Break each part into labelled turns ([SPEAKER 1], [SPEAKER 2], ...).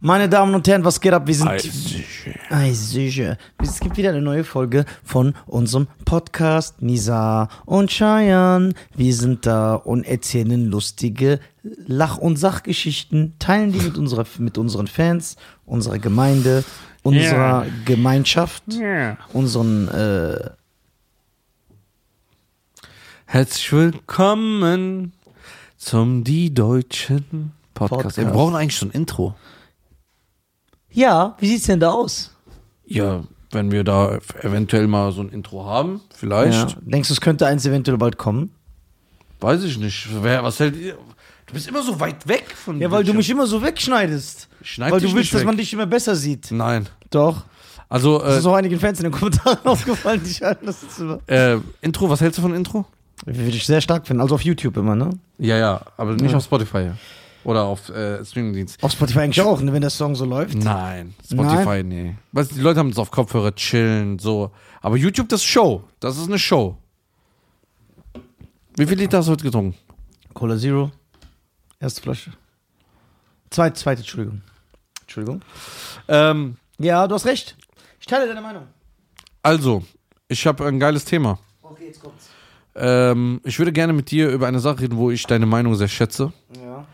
[SPEAKER 1] Meine Damen und Herren, was geht ab? Wir sind.
[SPEAKER 2] Ei, sicher.
[SPEAKER 1] Ei, sicher. Es gibt wieder eine neue Folge von unserem Podcast. Nisa und Cheyenne. Wir sind da und erzählen lustige Lach- und Sachgeschichten, teilen die mit, unserer, mit unseren Fans, unserer Gemeinde, unserer Gemeinschaft, unseren. Äh,
[SPEAKER 2] Herzlich willkommen zum Die Deutschen Podcast.
[SPEAKER 1] Podcast.
[SPEAKER 2] Wir brauchen eigentlich schon ein Intro.
[SPEAKER 1] ja, wie sieht's denn da aus?
[SPEAKER 2] Ja, wenn wir da eventuell mal so ein Intro haben, vielleicht.
[SPEAKER 1] Ja. Denkst du, es könnte eins eventuell bald kommen?
[SPEAKER 2] Weiß ich nicht. Wer, was hält ihr? Du bist immer so weit weg von
[SPEAKER 1] Ja, weil du
[SPEAKER 2] Bildschirm.
[SPEAKER 1] mich immer so wegschneidest.
[SPEAKER 2] Schneid
[SPEAKER 1] weil
[SPEAKER 2] dich
[SPEAKER 1] du willst,
[SPEAKER 2] nicht
[SPEAKER 1] dass
[SPEAKER 2] weg.
[SPEAKER 1] man dich immer besser sieht.
[SPEAKER 2] Nein.
[SPEAKER 1] Doch.
[SPEAKER 2] Also,
[SPEAKER 1] Das
[SPEAKER 2] äh,
[SPEAKER 1] ist auch einigen Fans in den Kommentaren aufgefallen, die schreiben das jetzt immer.
[SPEAKER 2] äh, Intro, was hältst du von Intro?
[SPEAKER 1] Würde ich sehr stark finden. Also auf YouTube immer, ne?
[SPEAKER 2] Ja, ja, aber nicht auf Spotify. ja. Oder auf äh, Streamingdienst.
[SPEAKER 1] Auf Spotify eigentlich auch, ne? wenn der Song so läuft.
[SPEAKER 2] Nein, Spotify, nee. Weißt du, die Leute haben es auf Kopfhörer, chillen, so. Aber YouTube, das ist Show. Das ist eine Show. Wie viel Liter hast du heute getrunken?
[SPEAKER 1] Cola Zero. Erste Flasche. Zweite, zweite, Entschuldigung. Entschuldigung.
[SPEAKER 2] Ähm,
[SPEAKER 1] Ja, du hast recht. Ich teile deine Meinung.
[SPEAKER 2] also, ich habe ein geiles Thema.
[SPEAKER 1] Okay, jetzt kommt's.
[SPEAKER 2] Ähm, ich würde gerne mit dir über eine Sache reden, wo ich deine Meinung sehr schätze.
[SPEAKER 1] Ja.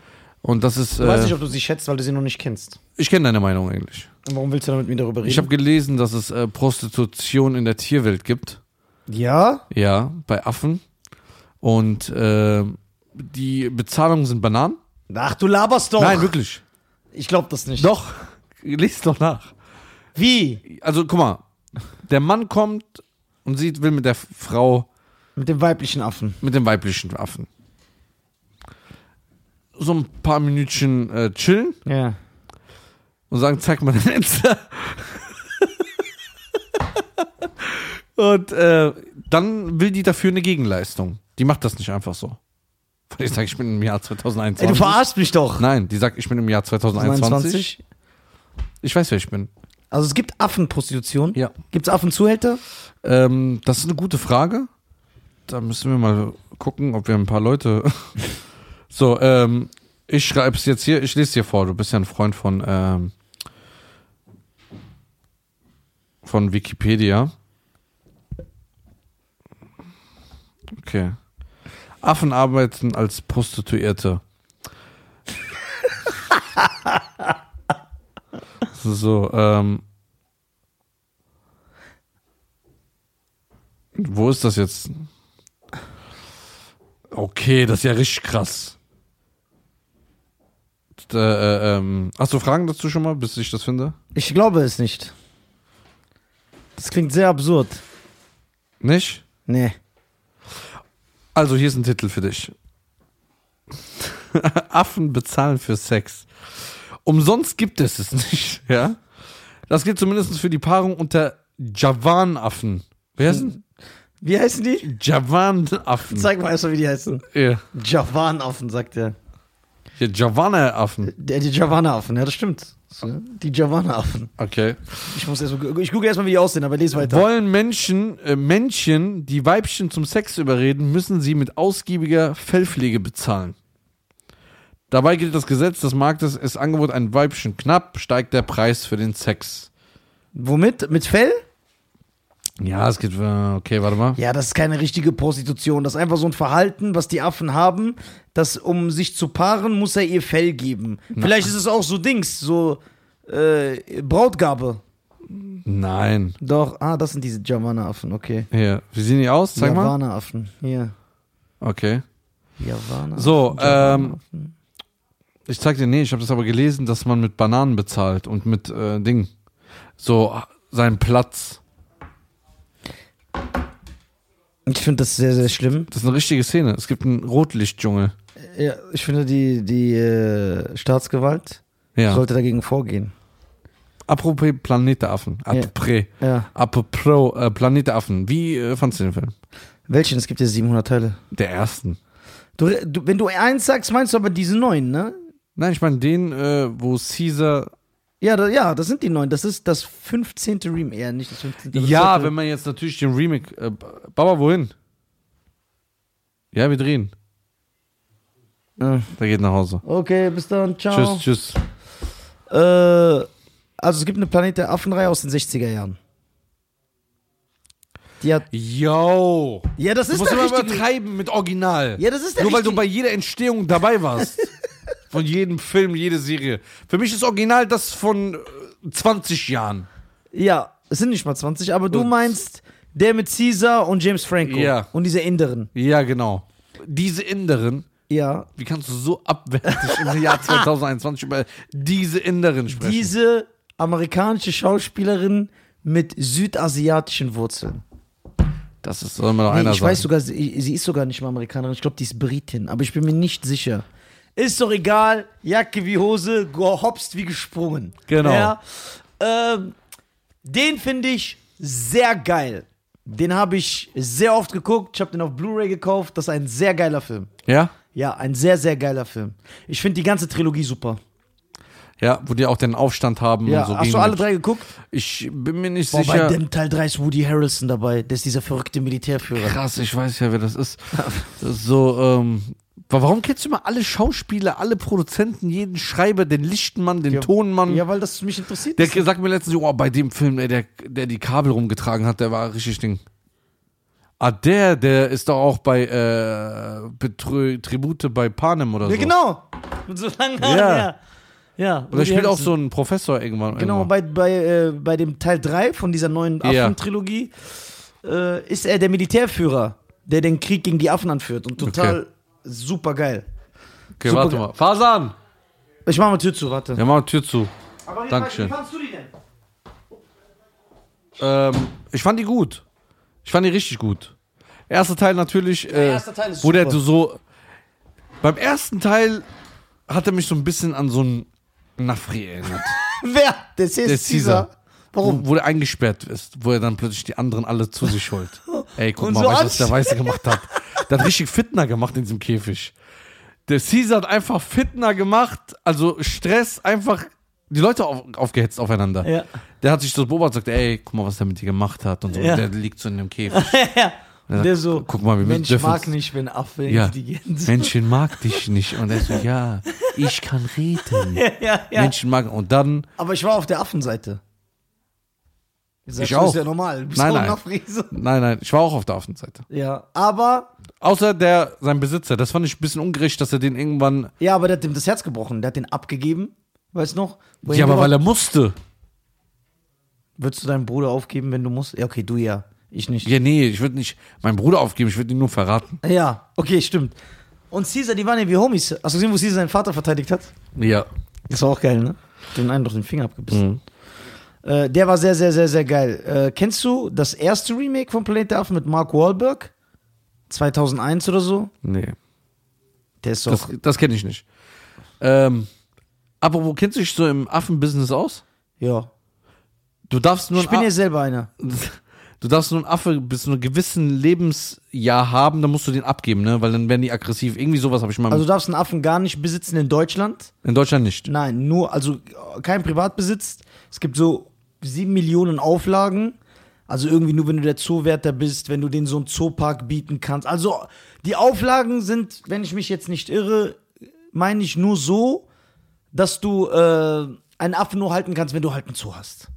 [SPEAKER 2] Und das
[SPEAKER 1] Ich
[SPEAKER 2] ist.
[SPEAKER 1] weiß nicht,
[SPEAKER 2] Äh,
[SPEAKER 1] ob du sie schätzt, weil du sie noch nicht kennst.
[SPEAKER 2] ich kenne deine Meinung eigentlich.
[SPEAKER 1] Und warum willst du dann mit mir darüber reden?
[SPEAKER 2] Ich habe gelesen, dass es äh, Prostitution in der Tierwelt gibt.
[SPEAKER 1] ja?
[SPEAKER 2] Ja, bei Affen. Und äh, die Bezahlungen sind Bananen.
[SPEAKER 1] Ach, du laberst doch.
[SPEAKER 2] Nein, wirklich.
[SPEAKER 1] Ich glaub das nicht.
[SPEAKER 2] Doch, lies doch nach.
[SPEAKER 1] Wie?
[SPEAKER 2] Also, guck mal, der Mann kommt und sieht, will mit der Frau,
[SPEAKER 1] Mit dem weiblichen Affen.
[SPEAKER 2] mit dem weiblichen Affen. So ein paar Minütchen äh, chillen
[SPEAKER 1] Ja.
[SPEAKER 2] und sagen, zeig mal dein Insta. und äh, dann will die dafür eine Gegenleistung. Die macht das nicht einfach so. Ich sage, ich bin im Jahr
[SPEAKER 1] Ey, du
[SPEAKER 2] 2021.
[SPEAKER 1] verarschst mich doch.
[SPEAKER 2] Nein, die sagt, ich bin im Jahr 2021.
[SPEAKER 1] 21?
[SPEAKER 2] Ich weiß, wer ich bin.
[SPEAKER 1] Also es gibt Affenprostitution.
[SPEAKER 2] Ja.
[SPEAKER 1] Gibt's Affenzuhälter?
[SPEAKER 2] Ähm, das ist eine gute Frage. Da müssen wir mal gucken, ob wir ein paar Leute. so, ähm, ich schreibe es jetzt hier, ich lese dir vor. Du bist ja ein Freund von, ähm, von Wikipedia. Okay. Affen arbeiten als Prostituierte. so, ähm. Wo ist das jetzt? Okay, das ist ja richtig krass. Da, äh, ähm, hast du Fragen dazu schon mal, bis ich das finde?
[SPEAKER 1] Ich glaube es nicht. Das klingt sehr absurd.
[SPEAKER 2] Nicht?
[SPEAKER 1] Nee.
[SPEAKER 2] Also, hier ist ein Titel für dich. Affen bezahlen für Sex. Umsonst gibt es es nicht, ja? Das gilt zumindest für die Paarung unter Javan-Affen. Wer heißt denn?
[SPEAKER 1] Wie heißen die?
[SPEAKER 2] Javan-Affen.
[SPEAKER 1] Zeig mal erstmal, wie die heißen.
[SPEAKER 2] Ja,
[SPEAKER 1] Javanaffen, sagt er.
[SPEAKER 2] Ja, Javana-Affen.
[SPEAKER 1] Der, die Javanaffen, ja, das stimmt. So, Die Javanaffen.
[SPEAKER 2] Okay.
[SPEAKER 1] Ich muss erst mal, gu- ich google erstmal, wie die aussehen, aber lese weiter.
[SPEAKER 2] Wollen Menschen, äh, Männchen, die Weibchen zum Sex überreden, müssen sie mit ausgiebiger Fellpflege bezahlen. Dabei gilt das Gesetz des Marktes, ist Angebot ein Weibchen knapp, steigt der Preis für den Sex.
[SPEAKER 1] Womit? Mit Fell?
[SPEAKER 2] Ja, es geht, äh, okay, warte mal.
[SPEAKER 1] Ja, das ist keine richtige Prostitution. Das ist einfach so ein Verhalten, was die Affen haben, dass um sich zu paaren, muss er ihr Fell geben. Vielleicht ist es auch so Dings, so äh, Brautgabe.
[SPEAKER 2] Nein.
[SPEAKER 1] Doch, ah, das sind diese Javana-Affen, okay.
[SPEAKER 2] Hier, wie sehen die aus? Zeig mal.
[SPEAKER 1] Javana-Affen, hier.
[SPEAKER 2] Okay.
[SPEAKER 1] Javana.
[SPEAKER 2] So, ähm,
[SPEAKER 1] Javana-Affen.
[SPEAKER 2] ich zeig dir, nee, ich habe das aber gelesen, dass man mit Bananen bezahlt und mit äh, Ding. So, seinen Platz. ähm,
[SPEAKER 1] Ich finde das sehr, sehr schlimm.
[SPEAKER 2] Das ist eine richtige Szene. Es gibt einen Rotlichtdschungel.
[SPEAKER 1] Ja, ich finde, die, die äh, Staatsgewalt
[SPEAKER 2] Ja.
[SPEAKER 1] sollte dagegen vorgehen.
[SPEAKER 2] Apropos Planetaffen. Apropos.
[SPEAKER 1] Ja.
[SPEAKER 2] Apropos äh, Planetaffen. Wie äh, fandst du den Film?
[SPEAKER 1] Welchen? Es gibt ja 700 Teile.
[SPEAKER 2] Der ersten.
[SPEAKER 1] Du, du, wenn du eins sagst, meinst du aber diese neun, ne?
[SPEAKER 2] Nein, ich meine den, äh, wo Caesar.
[SPEAKER 1] Ja, da, ja, das sind die neun. Das ist das 15. Remake. Ja, nicht das 15. Das
[SPEAKER 2] Ja,
[SPEAKER 1] dritte.
[SPEAKER 2] wenn man jetzt natürlich den Remake. Äh, Baba, wohin? Ja, wir drehen.
[SPEAKER 1] Ja.
[SPEAKER 2] Der geht nach Hause.
[SPEAKER 1] Ah. Okay, bis dann. Ciao.
[SPEAKER 2] Tschüss, tschüss.
[SPEAKER 1] Äh, Äh, also es gibt eine Planet der Affen-Reihe aus den 60er Jahren. Die hat,
[SPEAKER 2] Yo!
[SPEAKER 1] ja, das ist
[SPEAKER 2] Muss
[SPEAKER 1] der
[SPEAKER 2] immer
[SPEAKER 1] richtige.
[SPEAKER 2] übertreiben mit Original.
[SPEAKER 1] Ja, das ist der
[SPEAKER 2] Nur weil du
[SPEAKER 1] richtige-
[SPEAKER 2] bei jeder Entstehung dabei warst. von jedem Film, jede Serie. Für mich ist Original das von äh, 20 Jahren.
[SPEAKER 1] Ja, es sind nicht mal 20, aber du
[SPEAKER 2] Und-
[SPEAKER 1] meinst der mit Caesar und James Franco
[SPEAKER 2] Ja.
[SPEAKER 1] und dieser Inderin.
[SPEAKER 2] Ja, genau. Diese Inderin,
[SPEAKER 1] Ja,
[SPEAKER 2] wie kannst du so abwertig im Jahr 2021 über diese Inderin sprechen?
[SPEAKER 1] diese amerikanische Schauspielerin mit südasiatischen Wurzeln.
[SPEAKER 2] das ist, soll mir doch
[SPEAKER 1] Nee,
[SPEAKER 2] einer
[SPEAKER 1] ich
[SPEAKER 2] sagen.
[SPEAKER 1] weiß sogar, sie, sie ist sogar nicht mal Amerikanerin. Ich glaube, die ist Britin, aber ich bin mir nicht sicher. Ist doch egal. Jacke wie Hose, gehopst wie gesprungen.
[SPEAKER 2] Genau.
[SPEAKER 1] Ja. Ähm, den finde ich sehr geil. Den habe ich sehr oft geguckt. Ich habe den auf Blu-ray gekauft. Das ist ein sehr geiler Film.
[SPEAKER 2] ja?
[SPEAKER 1] Ja, ein sehr, sehr geiler Film. Ich finde die ganze Trilogie super.
[SPEAKER 2] Ja, wo die auch den Aufstand haben
[SPEAKER 1] Ja,
[SPEAKER 2] und so.
[SPEAKER 1] hast du
[SPEAKER 2] gegen-
[SPEAKER 1] alle drei geguckt?
[SPEAKER 2] Ich bin mir nicht
[SPEAKER 1] Boah, bei
[SPEAKER 2] sicher.
[SPEAKER 1] dem Teil 3 ist Woody Harrelson dabei. Der ist dieser verrückte Militärführer.
[SPEAKER 2] Krass, ich weiß ja, wer das ist. Das ist so, ähm. wa- Warum kennst du immer alle Schauspieler, alle Produzenten, jeden Schreiber, den Lichtenmann, den Tonmann?
[SPEAKER 1] Ja, weil das mich interessiert.
[SPEAKER 2] Der sagt mir letztens, oh, bei dem Film, ey, der, der die Kabel rumgetragen hat, der war richtig Ding. Ah, der, der ist doch auch bei äh, Betrö Tribute bei Panem oder so.
[SPEAKER 1] ja, genau. Mit so langen Haaren.
[SPEAKER 2] Ja.
[SPEAKER 1] Ja. ja.
[SPEAKER 2] Und der spielt auch so einen Professor irgendwann.
[SPEAKER 1] Genau,
[SPEAKER 2] irgendwann.
[SPEAKER 1] bei, bei, äh, bei dem Teil 3 von dieser neuen
[SPEAKER 2] Ja.
[SPEAKER 1] Affen-Trilogie äh, ist er der Militärführer, der den Krieg gegen die Affen anführt. Und total super geil.
[SPEAKER 2] Okay,
[SPEAKER 1] super-
[SPEAKER 2] warte mal. Fasan!
[SPEAKER 1] Ich mach mal Tür zu, warte.
[SPEAKER 2] Ja, mach mal Tür zu.
[SPEAKER 1] Aber jetzt
[SPEAKER 2] Dankeschön.
[SPEAKER 1] mal, Wie fandst du die denn?
[SPEAKER 2] Ähm, ich fand die gut. Ich fand die richtig gut. Erster Teil natürlich, äh,
[SPEAKER 1] erste Teil ist
[SPEAKER 2] wo der
[SPEAKER 1] super.
[SPEAKER 2] so. Beim ersten Teil hat er mich so ein bisschen an so einen Nafri erinnert.
[SPEAKER 1] Wer? Der Caesar.
[SPEAKER 2] Der Caesar.
[SPEAKER 1] Warum?
[SPEAKER 2] Wo, wo der eingesperrt ist, wo er dann plötzlich die anderen alle zu sich holt. Ey, guck
[SPEAKER 1] Und
[SPEAKER 2] mal,
[SPEAKER 1] so
[SPEAKER 2] weißt du, was der
[SPEAKER 1] ansch-
[SPEAKER 2] Weiße gemacht hat? Der hat richtig Fitner gemacht in diesem Käfig. Der Caesar hat einfach Fitner gemacht, also Stress, einfach die Leute auf, aufgehetzt aufeinander.
[SPEAKER 1] Ja.
[SPEAKER 2] Der hat sich so beobachtet, sagt, ey, guck mal, was der mit dir gemacht hat und so.
[SPEAKER 1] Ja.
[SPEAKER 2] Der liegt so in dem Käfig.
[SPEAKER 1] ja. Der so,
[SPEAKER 2] guck mal, wir
[SPEAKER 1] Mensch
[SPEAKER 2] dürfen
[SPEAKER 1] mag
[SPEAKER 2] uns-
[SPEAKER 1] nicht, wenn Affe
[SPEAKER 2] Ja.
[SPEAKER 1] intelligent sind.
[SPEAKER 2] Menschen mag dich nicht. Und er so, ja, ich kann reden.
[SPEAKER 1] ja, ja.
[SPEAKER 2] Menschen mag. Und dann,
[SPEAKER 1] Aber ich war auf der Affenseite. Sagst
[SPEAKER 2] Ich
[SPEAKER 1] du,
[SPEAKER 2] auch.
[SPEAKER 1] Ist ja normal. Du bist
[SPEAKER 2] Nein,
[SPEAKER 1] auch
[SPEAKER 2] nein.
[SPEAKER 1] ein Afrise.
[SPEAKER 2] nein, nein, ich war auch auf der Affenseite.
[SPEAKER 1] Ja, aber,
[SPEAKER 2] Außer der, sein Besitzer, das fand ich ein bisschen ungerecht, dass er den irgendwann.
[SPEAKER 1] ja, aber der hat ihm das Herz gebrochen. Der hat den abgegeben. Weißt du noch? Wo
[SPEAKER 2] Ja, aber
[SPEAKER 1] hingebracht-
[SPEAKER 2] weil er musste.
[SPEAKER 1] Würdest du deinen Bruder aufgeben, wenn du musst? Ja, okay, du ja. Ich nicht.
[SPEAKER 2] Ja, nee, ich würde nicht meinen Bruder aufgeben, ich würde ihn nur verraten.
[SPEAKER 1] Ja, okay, stimmt. Und Caesar, die waren ja wie Homies. Hast du gesehen, wo Caesar seinen Vater verteidigt hat?
[SPEAKER 2] Ja.
[SPEAKER 1] Das war auch geil, ne? Den einen doch den Finger abgebissen. Äh, der war sehr, sehr, sehr, sehr geil. Äh, kennst du das erste Remake von Planet der Affen mit Mark Wahlberg? 2001 oder so?
[SPEAKER 2] Nee.
[SPEAKER 1] Der ist
[SPEAKER 2] Das,
[SPEAKER 1] doch.
[SPEAKER 2] das kenne ich nicht. Ähm, aber wo kennst du dich so im Affenbusiness aus?
[SPEAKER 1] Ja.
[SPEAKER 2] Du darfst nur
[SPEAKER 1] Ich bin
[SPEAKER 2] ein
[SPEAKER 1] ja selber einer.
[SPEAKER 2] Du darfst nur einen Affe bis zu einem gewissen Lebensjahr haben, dann musst du den abgeben, ne? Weil dann werden die aggressiv. Irgendwie sowas habe ich mal.
[SPEAKER 1] Also du darfst einen Affen gar nicht besitzen in Deutschland.
[SPEAKER 2] in Deutschland nicht.
[SPEAKER 1] Nein, nur, also kein Privatbesitz. Es gibt so sieben Millionen Auflagen. Also irgendwie nur, wenn du der Zoowärter bist, wenn du den so einen Zoopark bieten kannst. Also die Auflagen sind, wenn ich mich jetzt nicht irre, meine ich nur so, dass du äh, einen Affen nur halten kannst, wenn du halt einen Zoo hast.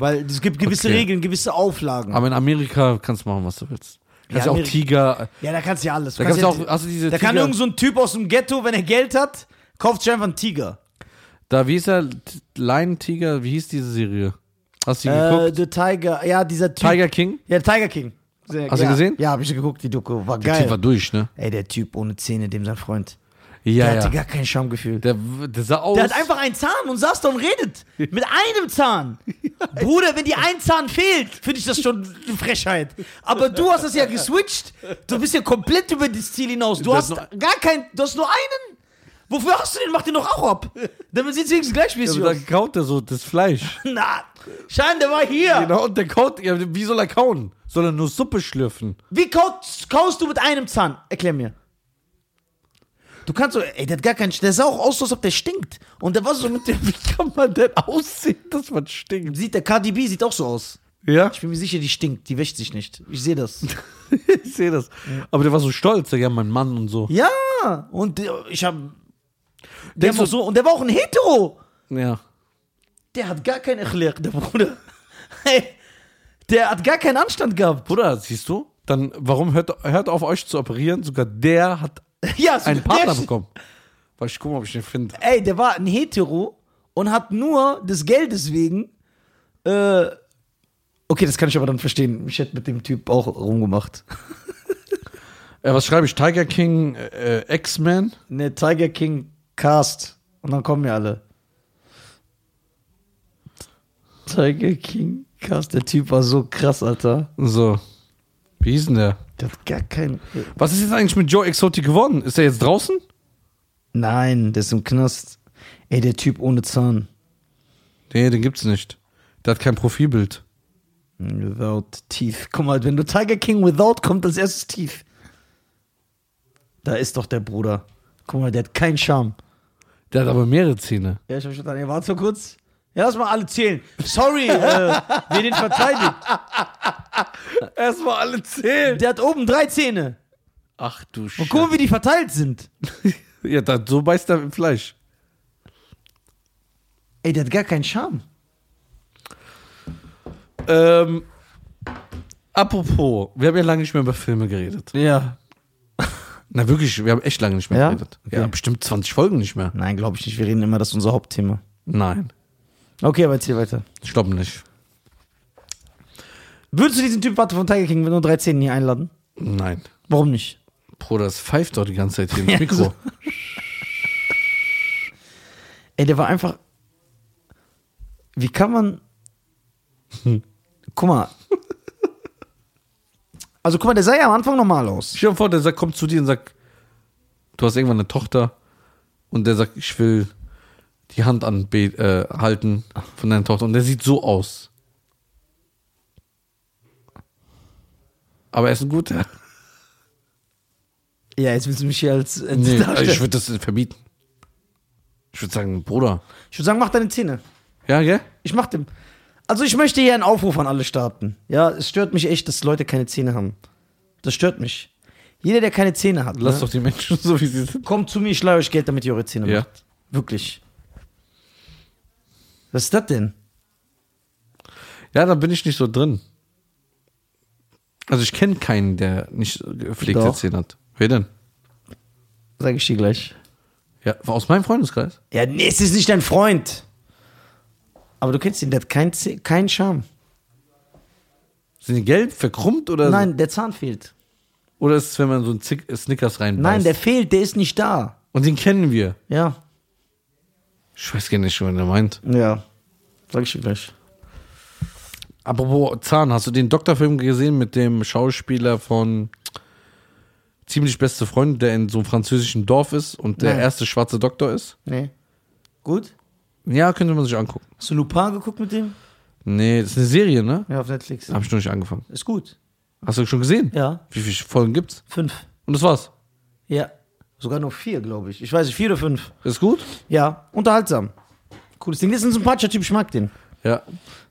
[SPEAKER 1] Weil es gibt gewisse
[SPEAKER 2] Okay.
[SPEAKER 1] Regeln, gewisse Auflagen.
[SPEAKER 2] Aber in Amerika kannst du machen, was du willst. Kannst ja, auch
[SPEAKER 1] Amerika-
[SPEAKER 2] Tiger.
[SPEAKER 1] ja, da kannst du ja alles. Du
[SPEAKER 2] Da
[SPEAKER 1] kannst
[SPEAKER 2] kannst du auch.
[SPEAKER 1] ja,
[SPEAKER 2] Hast du diese
[SPEAKER 1] da
[SPEAKER 2] Tiger?
[SPEAKER 1] kann irgend so ein Typ aus dem Ghetto, wenn er Geld hat, kauft sich einfach einen Tiger.
[SPEAKER 2] da wie hieß er? T- Lion Tiger. Wie hieß diese Serie? Hast du die
[SPEAKER 1] Äh,
[SPEAKER 2] geguckt?
[SPEAKER 1] The Tiger, ja, dieser Typ.
[SPEAKER 2] Tiger King.
[SPEAKER 1] Ja, Tiger King. Sehr,
[SPEAKER 2] Hast du
[SPEAKER 1] ja.
[SPEAKER 2] gesehen?
[SPEAKER 1] Ja, habe ich geguckt, die Doku. War
[SPEAKER 2] Der Typ war
[SPEAKER 1] geil.
[SPEAKER 2] durch, ne?
[SPEAKER 1] Ey, der Typ ohne Zähne, dem sein Freund.
[SPEAKER 2] Ja,
[SPEAKER 1] der hatte
[SPEAKER 2] ja.
[SPEAKER 1] gar kein Schamgefühl. Der,
[SPEAKER 2] Der, der sah aus.
[SPEAKER 1] hat einfach einen Zahn und saß da und redet. Mit einem Zahn. Bruder, wenn dir ein Zahn fehlt, finde ich das schon eine Frechheit. Aber du hast das ja geswitcht. Du bist ja komplett über das Ziel hinaus. Du
[SPEAKER 2] Der
[SPEAKER 1] hast
[SPEAKER 2] hat
[SPEAKER 1] gar keinen, du hast nur einen. Wofür hast du den? Mach den doch auch ab. Damit sieht es wenigstens gleichmäßig
[SPEAKER 2] also,
[SPEAKER 1] aus.
[SPEAKER 2] dann kaut er so das Fleisch.
[SPEAKER 1] Na, Schein, der war hier.
[SPEAKER 2] Genau, und der kaut. Ja, wie soll er kauen? Soll er nur Suppe schlürfen?
[SPEAKER 1] Wie kaust, kaust du mit einem Zahn? Erklär mir. Du kannst so, ey, der hat gar keinen, Sch- der sah auch aus, als ob der stinkt. Und der war so mit dem,
[SPEAKER 2] Wie kann man denn aussehen, dass man stinkt?
[SPEAKER 1] sieht der KDB sieht auch so aus.
[SPEAKER 2] Ja?
[SPEAKER 1] Ich bin mir sicher, die stinkt, die wäscht sich nicht. Ich sehe das.
[SPEAKER 2] Ich sehe das. Aber der war so stolz, ja, mein Mann und so.
[SPEAKER 1] Ja, und der- ich habe, der
[SPEAKER 2] Denkst
[SPEAKER 1] war
[SPEAKER 2] du-
[SPEAKER 1] so, und der war auch ein Hetero.
[SPEAKER 2] Ja.
[SPEAKER 1] Der hat gar keinen Erklärung, der Bruder. Hey, der hat gar keinen Anstand gehabt.
[SPEAKER 2] Bruder, siehst du? Dann, warum hört, hört auf euch zu operieren? Sogar der hat
[SPEAKER 1] Ja, so
[SPEAKER 2] einen Partner
[SPEAKER 1] der,
[SPEAKER 2] bekommen. Weil ich gucke, ob ich den finde.
[SPEAKER 1] Ey, der war ein Hetero und hat nur des Geldes wegen. Äh, okay, das kann ich aber dann verstehen. Ich hätte mit dem Typ auch rumgemacht.
[SPEAKER 2] Äh, was schreibe ich? Tiger King, äh, äh, X-Men?
[SPEAKER 1] Ne, Tiger King Cast. Und dann kommen wir alle. Tiger King Cast. Der Typ war so krass, Alter.
[SPEAKER 2] So. Wie hieß denn der?
[SPEAKER 1] Der hat gar keinen.
[SPEAKER 2] Was ist jetzt eigentlich mit Joe Exotic geworden? Ist er jetzt draußen?
[SPEAKER 1] Nein, der ist im Knast. Ey, der Typ ohne Zahn.
[SPEAKER 2] Nee, den gibt's nicht. Der hat kein Profilbild.
[SPEAKER 1] Without Teeth. Guck mal, wenn du Tiger King Without kommt, als erstes Teeth. Da ist doch der Bruder. Guck mal, der hat keinen Charme.
[SPEAKER 2] Der hat aber mehrere Zähne.
[SPEAKER 1] Ja, ich hab schon gedacht, ey, warte so kurz. Ja, lass mal alle zählen. Sorry, äh, wer den verteidigt.
[SPEAKER 2] Erstmal alle Zähne.
[SPEAKER 1] Der hat oben drei Zähne.
[SPEAKER 2] Ach du Scheiße.
[SPEAKER 1] Und guck mal, wie die verteilt sind.
[SPEAKER 2] Oh, Ja, da, so beißt er im Fleisch.
[SPEAKER 1] Ey, der hat gar keinen Charme.
[SPEAKER 2] Ähm, apropos, wir haben ja lange nicht mehr über Filme geredet.
[SPEAKER 1] Ja.
[SPEAKER 2] Na wirklich, wir haben echt lange nicht mehr
[SPEAKER 1] Ja?
[SPEAKER 2] geredet.
[SPEAKER 1] Okay.
[SPEAKER 2] Ja, bestimmt 20 Folgen nicht mehr.
[SPEAKER 1] Nein, glaube ich nicht. Wir reden immer, das ist unser Hauptthema.
[SPEAKER 2] Nein,
[SPEAKER 1] Okay, aber erzähl weiter.
[SPEAKER 2] ich glaube nicht.
[SPEAKER 1] Würdest du diesen Typ, warte, von Tiger King mit nur drei Zähnen hier einladen?
[SPEAKER 2] Nein.
[SPEAKER 1] Warum nicht?
[SPEAKER 2] Bruder, das pfeift doch die ganze Zeit hier
[SPEAKER 1] Ja,
[SPEAKER 2] im Mikro.
[SPEAKER 1] so. Ey, der war einfach. Wie kann man. Guck mal. Also, guck mal, der sah ja am Anfang normal aus.
[SPEAKER 2] Stell dir vor, der sagt, kommt zu dir und sagt, du hast irgendwann eine Tochter und der sagt, ich will die Hand anhalten äh, halten von deiner Tochter und der sieht so aus. Aber er ist ein guter.
[SPEAKER 1] Ja, jetzt willst du mich hier als. als
[SPEAKER 2] Nee, äh,
[SPEAKER 1] darstellen.
[SPEAKER 2] ich würde das verbieten. Ich würde sagen, Bruder.
[SPEAKER 1] ich würde sagen, mach deine Zähne.
[SPEAKER 2] Ja, gell?
[SPEAKER 1] Ich mach dem. Also, ich möchte hier einen Aufruf an alle starten. Ja, es stört mich echt, dass Leute keine Zähne haben. Das stört mich. Jeder, der keine Zähne hat,
[SPEAKER 2] Lass
[SPEAKER 1] ne,
[SPEAKER 2] doch die Menschen so, wie sie sind.
[SPEAKER 1] kommt zu mir, ich leihe euch Geld, damit ihr eure Zähne
[SPEAKER 2] Ja.
[SPEAKER 1] macht. Wirklich. Was ist das denn?
[SPEAKER 2] Ja, da bin ich nicht so drin. Also ich kenne keinen, der nicht gepflegte
[SPEAKER 1] Doch.
[SPEAKER 2] Zähne hat. Wer denn?
[SPEAKER 1] Sag ich dir gleich.
[SPEAKER 2] Ja, aus meinem Freundeskreis.
[SPEAKER 1] Ja, nee, es ist nicht dein Freund. Aber du kennst ihn, der hat keinen kein Charme.
[SPEAKER 2] Sind die gelb, verkrummt oder,
[SPEAKER 1] Nein, der Zahn fehlt.
[SPEAKER 2] oder ist es, wenn man so einen Zick Snickers reinbeißt?
[SPEAKER 1] Nein, der fehlt, der ist nicht da.
[SPEAKER 2] Und den kennen wir.
[SPEAKER 1] Ja.
[SPEAKER 2] Ich weiß gar nicht, wen der meint.
[SPEAKER 1] Ja. Sag ich dir gleich.
[SPEAKER 2] Apropos Zahn, hast du den Doktorfilm gesehen mit dem Schauspieler von Ziemlich beste Freund, der in so einem französischen Dorf ist und der
[SPEAKER 1] Nein.
[SPEAKER 2] erste schwarze Doktor ist?
[SPEAKER 1] Nee. Gut.
[SPEAKER 2] Ja, könnte man sich angucken.
[SPEAKER 1] Hast du Lupin geguckt mit dem?
[SPEAKER 2] Nee, das ist eine Serie, ne?
[SPEAKER 1] Ja, auf Netflix.
[SPEAKER 2] Hab ich noch nicht angefangen.
[SPEAKER 1] Ist gut.
[SPEAKER 2] Hast du schon gesehen?
[SPEAKER 1] Ja.
[SPEAKER 2] Wie viele Folgen gibt's?
[SPEAKER 1] Fünf.
[SPEAKER 2] Und das war's.
[SPEAKER 1] Ja. Sogar nur vier, glaube ich. Ich weiß nicht, vier oder fünf.
[SPEAKER 2] Ist gut?
[SPEAKER 1] Ja. Unterhaltsam. Cooles Ding. Das ist ein sympathischer Typ, ich mag den.
[SPEAKER 2] Ja.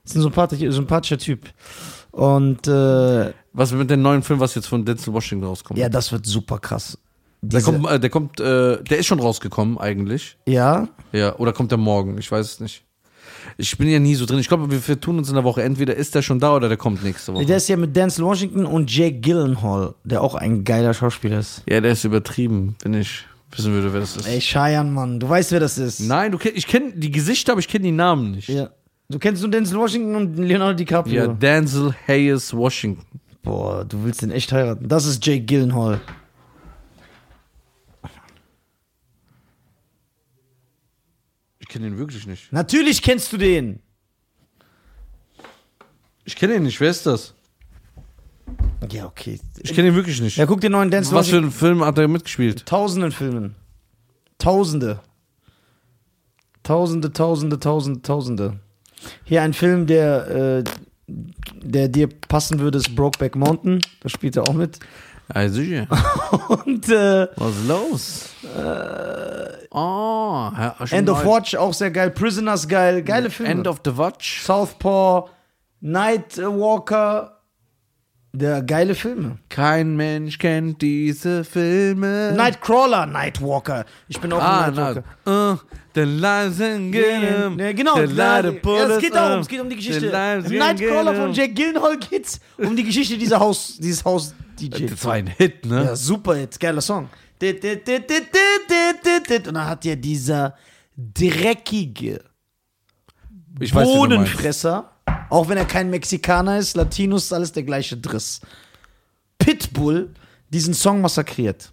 [SPEAKER 1] Das ist ein sympathischer, sympathischer Typ. Und, äh,
[SPEAKER 2] Was mit dem neuen Film, was jetzt von Denzel Washington rauskommt?
[SPEAKER 1] ja, das wird super krass.
[SPEAKER 2] der
[SPEAKER 1] Diese-
[SPEAKER 2] kommt, äh, der kommt, äh, der ist schon rausgekommen eigentlich.
[SPEAKER 1] ja.
[SPEAKER 2] Ja, oder kommt der morgen? Ich weiß es nicht. Ich bin ja nie so drin. Ich glaube, wir vertun uns in der Woche. Entweder ist der schon da oder der kommt nächste
[SPEAKER 1] Nee,
[SPEAKER 2] Woche.
[SPEAKER 1] Der ist ja mit Denzel Washington und Jake Gyllenhaal, der auch ein geiler Schauspieler ist.
[SPEAKER 2] ja, der ist übertrieben, wenn ich wissen würde, wer das ist.
[SPEAKER 1] Ey, Cheyenne, Mann, du weißt, wer das ist.
[SPEAKER 2] Nein, du kenn, ich kenne die Gesichter, aber ich kenne die Namen nicht.
[SPEAKER 1] Ja. Du kennst nur Denzel Washington und Leonardo DiCaprio.
[SPEAKER 2] Ja, Denzel Hayes Washington.
[SPEAKER 1] Boah, du willst den echt heiraten. Das ist Jake Gyllenhaal.
[SPEAKER 2] Ich kenne ihn wirklich nicht.
[SPEAKER 1] Natürlich kennst du den.
[SPEAKER 2] Ich kenne ihn nicht. Wer ist das?
[SPEAKER 1] Ja, okay.
[SPEAKER 2] Ich kenne ihn wirklich nicht.
[SPEAKER 1] Ja, guck den neuen Denzel
[SPEAKER 2] was für
[SPEAKER 1] Washington.
[SPEAKER 2] einen Film hat er mitgespielt?
[SPEAKER 1] Tausenden Filmen. Tausende. Tausende, tausende, tausende, tausende. Hier ein Film, der, äh, der dir passen würde, ist Brokeback Mountain. Da spielt er auch mit.
[SPEAKER 2] Also, ja.
[SPEAKER 1] Und äh,
[SPEAKER 2] Was ist los? oh, Herr Aschenbach.
[SPEAKER 1] End of Watch auch sehr geil, Prisoners geil, geile Filme.
[SPEAKER 2] End of the Watch.
[SPEAKER 1] Southpaw, Night Walker, Der geile Filme.
[SPEAKER 2] Kein Mensch kennt diese Filme.
[SPEAKER 1] Nightcrawler, Nightwalker. Ich bin auch
[SPEAKER 2] Ah,
[SPEAKER 1] ein Nightwalker.
[SPEAKER 2] nein. Uh, the lives in Ginnam.
[SPEAKER 1] Ja, genau.
[SPEAKER 2] The
[SPEAKER 1] Ja,
[SPEAKER 2] light of bullets,
[SPEAKER 1] es geht darum,
[SPEAKER 2] uh,
[SPEAKER 1] es geht um die
[SPEAKER 2] the
[SPEAKER 1] Geschichte.
[SPEAKER 2] lives
[SPEAKER 1] Im
[SPEAKER 2] in
[SPEAKER 1] Nightcrawler
[SPEAKER 2] Ginnam.
[SPEAKER 1] von Jack Gyllenhaal geht's um die Geschichte dieser Haus, dieses Haus-DJ.
[SPEAKER 2] Das war ein Hit, Äh, ne?
[SPEAKER 1] Ja, super Hit, geiler Song. Dit, dit, dit, dit, dit, dit, dit, dit. Und dann hat ja dieser dreckige
[SPEAKER 2] Ich weiß, wen du meinst.
[SPEAKER 1] Bohnenfresser, auch wenn er kein Mexikaner ist, Latinos, ist alles der gleiche Driss. Pitbull diesen Song massakriert.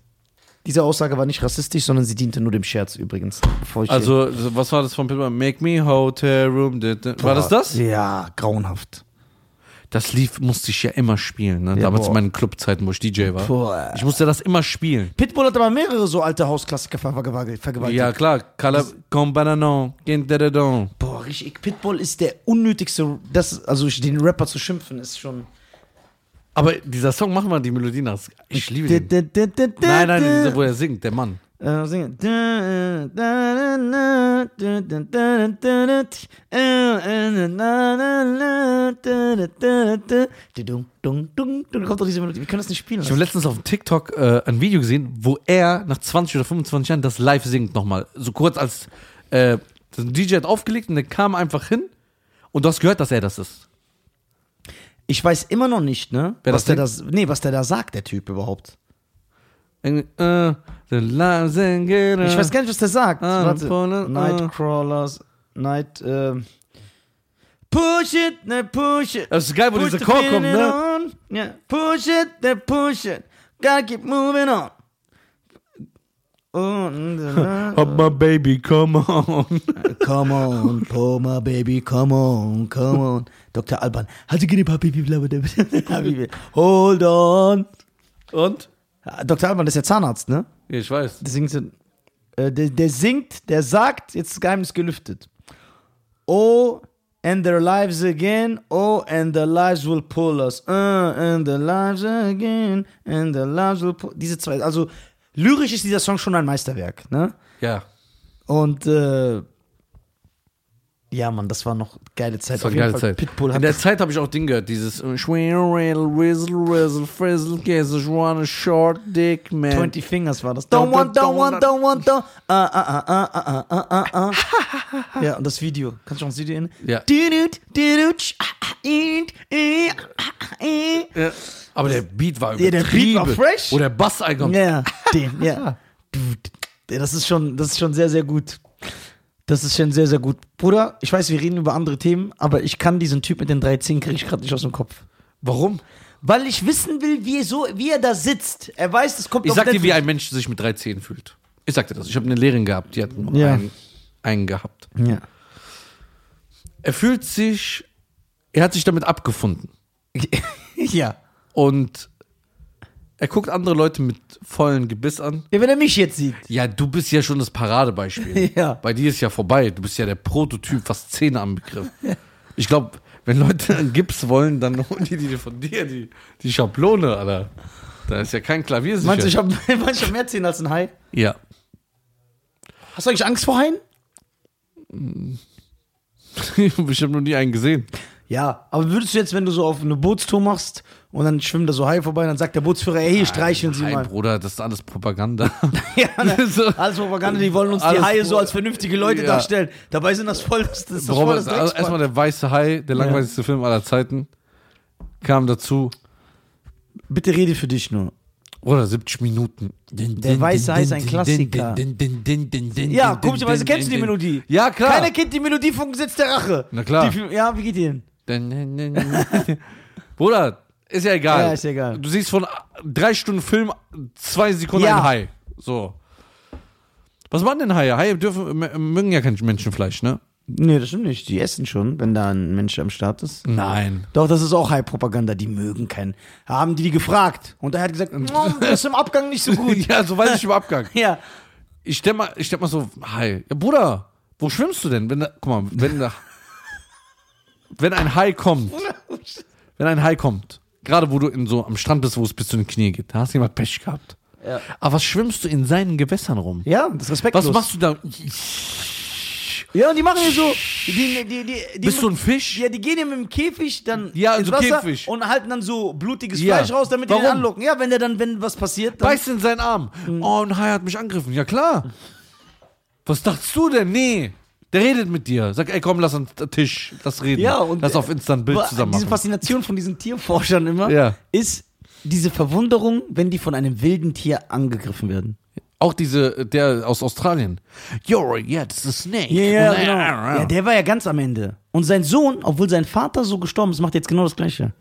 [SPEAKER 1] Diese Aussage war nicht rassistisch, sondern sie diente nur dem Scherz übrigens. Bevor ich
[SPEAKER 2] Also, so, was war das von Pitbull? Make me hotel room. da, da. War das das?
[SPEAKER 1] Ja, grauenhaft.
[SPEAKER 2] Das lief, musste ich ja immer spielen. Ne?
[SPEAKER 1] Ja, boah.
[SPEAKER 2] Damals in meinen Clubzeiten, wo ich DJ war.
[SPEAKER 1] Boah.
[SPEAKER 2] Ich musste das immer spielen.
[SPEAKER 1] Pitbull hat aber mehrere so alte Hausklassiker ver- vergewaltigt.
[SPEAKER 2] Ja,
[SPEAKER 1] vergewaltigt.
[SPEAKER 2] klar. Kala, con bananon, quien te dedon.
[SPEAKER 1] Boah, richtig. Pitbull ist der unnötigste. Das, also ich- den Rapper zu schimpfen ist schon.
[SPEAKER 2] Aber dieser Song, mach mal die Melodie nach. Ich liebe den. Nein,
[SPEAKER 1] Nein,
[SPEAKER 2] nein, dieser, wo er singt, der Mann.
[SPEAKER 1] Äh, singen. äh, Dum, dum, dum, dum. Kommt doch diese Melodie. Wir können das nicht spielen.
[SPEAKER 2] Ich habe letztens auf TikTok äh, ein Video gesehen, wo er nach 20 oder 25 Jahren das live singt nochmal. So kurz als äh, ein DJ hat aufgelegt und der kam einfach hin und du hast gehört, dass er das ist.
[SPEAKER 1] Ich weiß immer noch nicht, ne?
[SPEAKER 2] Wer
[SPEAKER 1] was
[SPEAKER 2] das
[SPEAKER 1] der das, nee, was der da sagt, der Typ überhaupt.
[SPEAKER 2] Irgendwie, äh, the live singing,
[SPEAKER 1] Ich weiß gar nicht, was der sagt.
[SPEAKER 2] Ah,
[SPEAKER 1] Warte.
[SPEAKER 2] Polen, ah.
[SPEAKER 1] Nightcrawlers, Night, ähm. Push it, ne, push it.
[SPEAKER 2] Das ist geil, wo
[SPEAKER 1] Push
[SPEAKER 2] dieser
[SPEAKER 1] the
[SPEAKER 2] Chor
[SPEAKER 1] feeling
[SPEAKER 2] kommt, ne?
[SPEAKER 1] on. Yeah. Push it, ne, push it. Gotta keep moving on. Und, äh,
[SPEAKER 2] Hop my baby, come on.
[SPEAKER 1] come on, Poma Baby, come on, come on. Dr. Alban, Halt how to get a baby, bla, bla, bla, Habibi. Hold on.
[SPEAKER 2] Und?
[SPEAKER 1] Dr. Alban ist ja Zahnarzt, ne?
[SPEAKER 2] Ja, ich weiß.
[SPEAKER 1] Der singt so, äh, der, der singt, der sagt, jetzt ist Geheimnis gelüftet. Oh, and their lives again, oh, and their lives will pull us. Uh, and their lives again, and their lives will pull... Diese zwei, also lyrisch ist dieser Song schon ein Meisterwerk, ne?
[SPEAKER 2] Ja.
[SPEAKER 1] Und, äh, ja, Mann, das war noch geile Zeit.
[SPEAKER 2] Das war
[SPEAKER 1] Auf
[SPEAKER 2] eine
[SPEAKER 1] jeden
[SPEAKER 2] geile
[SPEAKER 1] Fall,
[SPEAKER 2] Zeit.
[SPEAKER 1] Pitbull
[SPEAKER 2] In
[SPEAKER 1] hat
[SPEAKER 2] der Zeit habe ich auch Ding gehört, dieses äh, Schwer, riddle, Rizzle, Rizzle, Frizzle, Guess I want a short dick man.
[SPEAKER 1] 20 Fingers war das. Ähm, Don't want, don't want, don't want, don't. Ah, ah, ah, ah, ah, ah, ah, ah. Ja, und das Video. Kannst du auch das Video erinnern?
[SPEAKER 2] Ja.
[SPEAKER 1] Dudut, dudut, sch- ah, ah, id, i, ah, ah, i.
[SPEAKER 2] Ja. Aber der Beat war
[SPEAKER 1] Ja, der
[SPEAKER 2] übertrieben.
[SPEAKER 1] Beat war fresh.
[SPEAKER 2] Wo der Bass einkommt.
[SPEAKER 1] Ja, den, ja. Dud. Ja, Das ist schon, das ist schon sehr, sehr gut. Das ist schon sehr, sehr gut. Bruder, ich weiß, wir reden über andere Themen, aber ich kann diesen Typ mit den drei Zehen kriege ich gerade nicht aus dem Kopf.
[SPEAKER 2] Warum?
[SPEAKER 1] Weil ich wissen will, wie, so, wie er da sitzt. Er weiß, es kommt
[SPEAKER 2] Ich
[SPEAKER 1] auf
[SPEAKER 2] sag dir, wie
[SPEAKER 1] Netflix.
[SPEAKER 2] ein Mensch sich mit 13 fühlt. Ich sag dir das. Ich habe eine Lehrerin gehabt, die hat nur
[SPEAKER 1] Ja.
[SPEAKER 2] einen, einen gehabt.
[SPEAKER 1] Ja.
[SPEAKER 2] Er fühlt sich, er hat sich damit abgefunden.
[SPEAKER 1] ja.
[SPEAKER 2] Und er guckt andere Leute mit vollen Gebiss an.
[SPEAKER 1] Ja, wenn er mich jetzt sieht.
[SPEAKER 2] Ja, du bist ja schon das Paradebeispiel.
[SPEAKER 1] Ja.
[SPEAKER 2] Bei dir ist ja vorbei. Du bist ja der Prototyp, was Zähne anbegriff. Ich glaube, wenn Leute einen Gips wollen, dann holen die, die von dir die, die Schablone, Alter. Da ist ja kein Klavier sicher.
[SPEAKER 1] Meinst du, ich habe hab mehr Zähne als ein Hai?
[SPEAKER 2] ja.
[SPEAKER 1] Hast du eigentlich Angst vor Haien?
[SPEAKER 2] ich habe noch nie einen gesehen.
[SPEAKER 1] Ja, aber würdest du jetzt, wenn du so auf eine Bootstour machst und dann schwimmen da so Haie vorbei, dann sagt der Bootsführer, ey, hier streicheln Ah, Sie
[SPEAKER 2] Nein,
[SPEAKER 1] mal.
[SPEAKER 2] Bruder, das ist alles Propaganda.
[SPEAKER 1] Ja, ne?
[SPEAKER 2] So.
[SPEAKER 1] Alles Propaganda, die wollen uns die
[SPEAKER 2] Alles
[SPEAKER 1] Haie so
[SPEAKER 2] Pro-
[SPEAKER 1] als vernünftige Leute
[SPEAKER 2] Ja.
[SPEAKER 1] darstellen. Dabei sind das voll das, das, ist das, voll
[SPEAKER 2] Robert,
[SPEAKER 1] das
[SPEAKER 2] also erstmal
[SPEAKER 1] Drecksband.
[SPEAKER 2] der weiße Hai, der langweiligste Film aller Zeiten, kam dazu.
[SPEAKER 1] Bitte rede für dich nur.
[SPEAKER 2] Oder 70 Minuten.
[SPEAKER 1] Der weiße Hai ist ein Klassiker. Ja, komischerweise kennst du die Melodie.
[SPEAKER 2] Ja, klar.
[SPEAKER 1] Keiner kennt die Melodie von Gesetz der Rache.
[SPEAKER 2] Na klar.
[SPEAKER 1] Die, ja, wie geht die denn?
[SPEAKER 2] Bruder, ist ja egal.
[SPEAKER 1] Ja, ist egal.
[SPEAKER 2] Du siehst von drei Stunden Film zwei Sekunden
[SPEAKER 1] Ja.
[SPEAKER 2] ein Hai. So. Was machen denn Haie? Haie dürfen, m- mögen ja kein Menschenfleisch, ne?
[SPEAKER 1] Nee, das stimmt nicht. Die essen schon, wenn da ein Mensch am Start ist.
[SPEAKER 2] Nein.
[SPEAKER 1] Doch, das ist auch High-Propaganda, die mögen keinen. Haben die die gefragt. Und er hat gesagt, "Mm, das ist im Abgang nicht so gut.
[SPEAKER 2] ja, so weiß ich im Abgang.
[SPEAKER 1] ja.
[SPEAKER 2] Ich stell mal, ich stell mal so, Hai. Ja, Bruder, wo schwimmst du denn? Wenn da, guck mal, wenn da, wenn ein Hai kommt, wenn ein Hai kommt, gerade wo du in so am Strand bist, wo es bis zu den Knien geht, da hast du jemand Pech gehabt.
[SPEAKER 1] Ja.
[SPEAKER 2] Aber was schwimmst du in seinen Gewässern rum?
[SPEAKER 1] Ja, das ist respektlos.
[SPEAKER 2] Was machst du da?
[SPEAKER 1] Ja, und die machen hier so. Die, die, die, die,
[SPEAKER 2] Bist du ein Fisch?
[SPEAKER 1] Ja, die gehen hier mit dem Käfig dann
[SPEAKER 2] Ja,
[SPEAKER 1] ins
[SPEAKER 2] so
[SPEAKER 1] Wasser
[SPEAKER 2] Käfig.
[SPEAKER 1] und halten dann so blutiges
[SPEAKER 2] Ja.
[SPEAKER 1] Fleisch raus, damit die den
[SPEAKER 2] Warum?
[SPEAKER 1] anlocken. Ja, wenn der dann, wenn was passiert, dann.
[SPEAKER 2] Beißt in seinen Arm.
[SPEAKER 1] Hm.
[SPEAKER 2] Oh, ein Hai hat mich angegriffen. Ja, klar. Was dachtest du denn? Nee. Der redet mit dir. Sag, ey, komm, lass an den Tisch. Lass reden.
[SPEAKER 1] Ja, und-
[SPEAKER 2] lass auf Insta ein Bild
[SPEAKER 1] Aber
[SPEAKER 2] zusammen
[SPEAKER 1] Diese
[SPEAKER 2] machen.
[SPEAKER 1] Faszination von diesen Tierforschern immer
[SPEAKER 2] Ja.
[SPEAKER 1] ist diese Verwunderung, wenn die von einem wilden Tier angegriffen werden.
[SPEAKER 2] Auch diese, der aus Australien. You're, yeah, it's a snake. Und-
[SPEAKER 1] Ja, der war ja ganz am Ende. Und sein Sohn, obwohl sein Vater so gestorben ist, macht jetzt genau das Gleiche.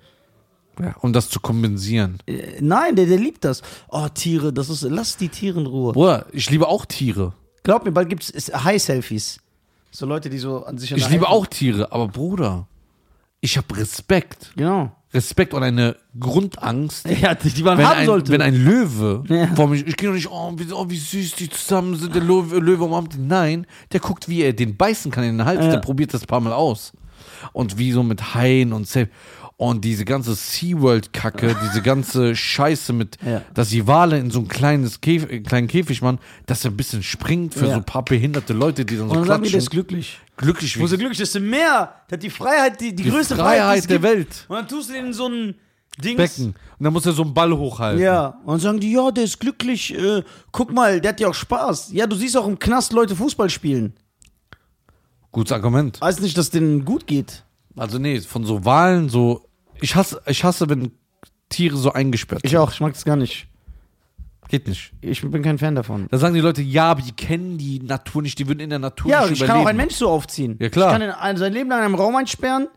[SPEAKER 2] Ja, um das zu kompensieren.
[SPEAKER 1] Äh, Nein, der, der liebt das. Oh, Tiere, das ist. Lass die Tiere in Ruhe.
[SPEAKER 2] Bruder, ich liebe auch Tiere.
[SPEAKER 1] Glaub mir, bald gibt's es High-Selfies. So Leute, die so an sich an
[SPEAKER 2] Ich
[SPEAKER 1] der
[SPEAKER 2] liebe
[SPEAKER 1] iPhone-
[SPEAKER 2] auch Tiere, aber Bruder, ich habe Respekt.
[SPEAKER 1] Genau.
[SPEAKER 2] Respekt und eine Grundangst,
[SPEAKER 1] Ja, die, die man
[SPEAKER 2] wenn
[SPEAKER 1] haben
[SPEAKER 2] ein,
[SPEAKER 1] sollte.
[SPEAKER 2] wenn ein Löwe
[SPEAKER 1] Ja.
[SPEAKER 2] vor mich, ich gehe doch nicht, oh wie, oh, wie süß die zusammen sind, der Löwe, Löwe umarmt ihn. Nein, der guckt, wie er den beißen kann in den Hals,
[SPEAKER 1] Ja.
[SPEAKER 2] der probiert das ein paar Mal aus. Und wie so mit Haien und Safe. Und diese ganze SeaWorld-Kacke, diese ganze Scheiße mit,
[SPEAKER 1] Ja.
[SPEAKER 2] dass die Wale in so ein kleines Käf äh, kleinen Käfig machen, dass er ein bisschen springt für
[SPEAKER 1] Ja.
[SPEAKER 2] so ein paar behinderte Leute, die dann so
[SPEAKER 1] und dann sagen die, der
[SPEAKER 2] klatschen.
[SPEAKER 1] ist glücklich.
[SPEAKER 2] glücklich
[SPEAKER 1] Wo
[SPEAKER 2] wie
[SPEAKER 1] so glücklich ist im Meer. Der hat die Freiheit, die, die,
[SPEAKER 2] die
[SPEAKER 1] größte Freiheit, die
[SPEAKER 2] Freiheit
[SPEAKER 1] es
[SPEAKER 2] der
[SPEAKER 1] gibt.
[SPEAKER 2] Welt.
[SPEAKER 1] Und dann tust du den in so ein Dings.
[SPEAKER 2] Becken. Und dann muss er so einen Ball hochhalten.
[SPEAKER 1] Ja, und dann sagen die, ja, der ist glücklich, äh, guck mal, der hat ja auch Spaß. Ja, du siehst auch im Knast Leute Fußball spielen.
[SPEAKER 2] Gutes Argument.
[SPEAKER 1] Weiß nicht, dass denen gut geht.
[SPEAKER 2] Also nee, von so Wahlen so. Ich hasse, ich hasse, wenn Tiere so eingesperrt sind.
[SPEAKER 1] auch, ich mag das gar nicht.
[SPEAKER 2] Geht nicht.
[SPEAKER 1] Ich bin kein Fan davon.
[SPEAKER 2] Da sagen die Leute, ja, aber die kennen die Natur nicht, die würden in der Natur
[SPEAKER 1] Ja,
[SPEAKER 2] nicht
[SPEAKER 1] ich
[SPEAKER 2] überleben.
[SPEAKER 1] kann auch einen Mensch so aufziehen.
[SPEAKER 2] Ja, klar.
[SPEAKER 1] Ich kann ihn ein- sein Leben lang in einem Raum einsperren,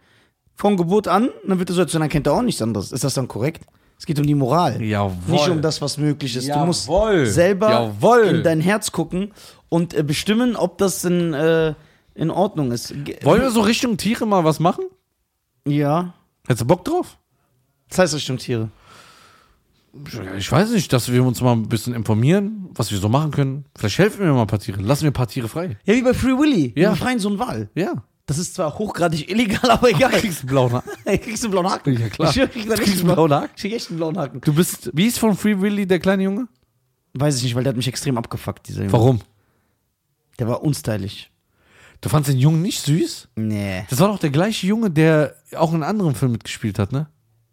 [SPEAKER 1] von Geburt an, und dann wird er so, erzogen, dann kennt er auch nichts anderes. Ist das dann korrekt? Es geht um die Moral.
[SPEAKER 2] Jawohl.
[SPEAKER 1] Nicht um das, was möglich ist. Du musst
[SPEAKER 2] Jawohl.
[SPEAKER 1] selber
[SPEAKER 2] Jawohl.
[SPEAKER 1] in dein Herz gucken und äh, bestimmen, ob das in, äh, in Ordnung ist. Ge-
[SPEAKER 2] Wollen wir so Richtung Tiere mal was machen?
[SPEAKER 1] Ja.
[SPEAKER 2] Hättest du Bock drauf?
[SPEAKER 1] Das heißt Richtung Tiere.
[SPEAKER 2] Ich weiß nicht, dass wir uns mal ein bisschen informieren, was wir so machen können. Vielleicht helfen wir mal ein paar Tiere. Lassen wir ein paar Tiere frei.
[SPEAKER 1] Ja, wie bei Free Willy.
[SPEAKER 2] Ja.
[SPEAKER 1] Wir freien so einen Wal.
[SPEAKER 2] Ja.
[SPEAKER 1] Das ist zwar hochgradig illegal, aber egal.
[SPEAKER 2] Kriegst einen blauen Haken.
[SPEAKER 1] Ey, kriegst du einen blauen Haken.
[SPEAKER 2] Ja, klar.
[SPEAKER 1] Ich schwör, krieg da
[SPEAKER 2] Du
[SPEAKER 1] echt
[SPEAKER 2] kriegst
[SPEAKER 1] einen blauen
[SPEAKER 2] einen blauen
[SPEAKER 1] Haken. Ich krieg echt einen blauen Haken.
[SPEAKER 2] Du bist, wie ist von Free Willy der kleine Junge?
[SPEAKER 1] Weiß ich nicht, weil der hat mich extrem abgefuckt, dieser Junge.
[SPEAKER 2] Warum?
[SPEAKER 1] Der war unstylisch.
[SPEAKER 2] Du fandst den Jungen nicht süß?
[SPEAKER 1] Nee.
[SPEAKER 2] Das war doch der gleiche Junge, der auch in einem anderen Film mitgespielt hat, ne?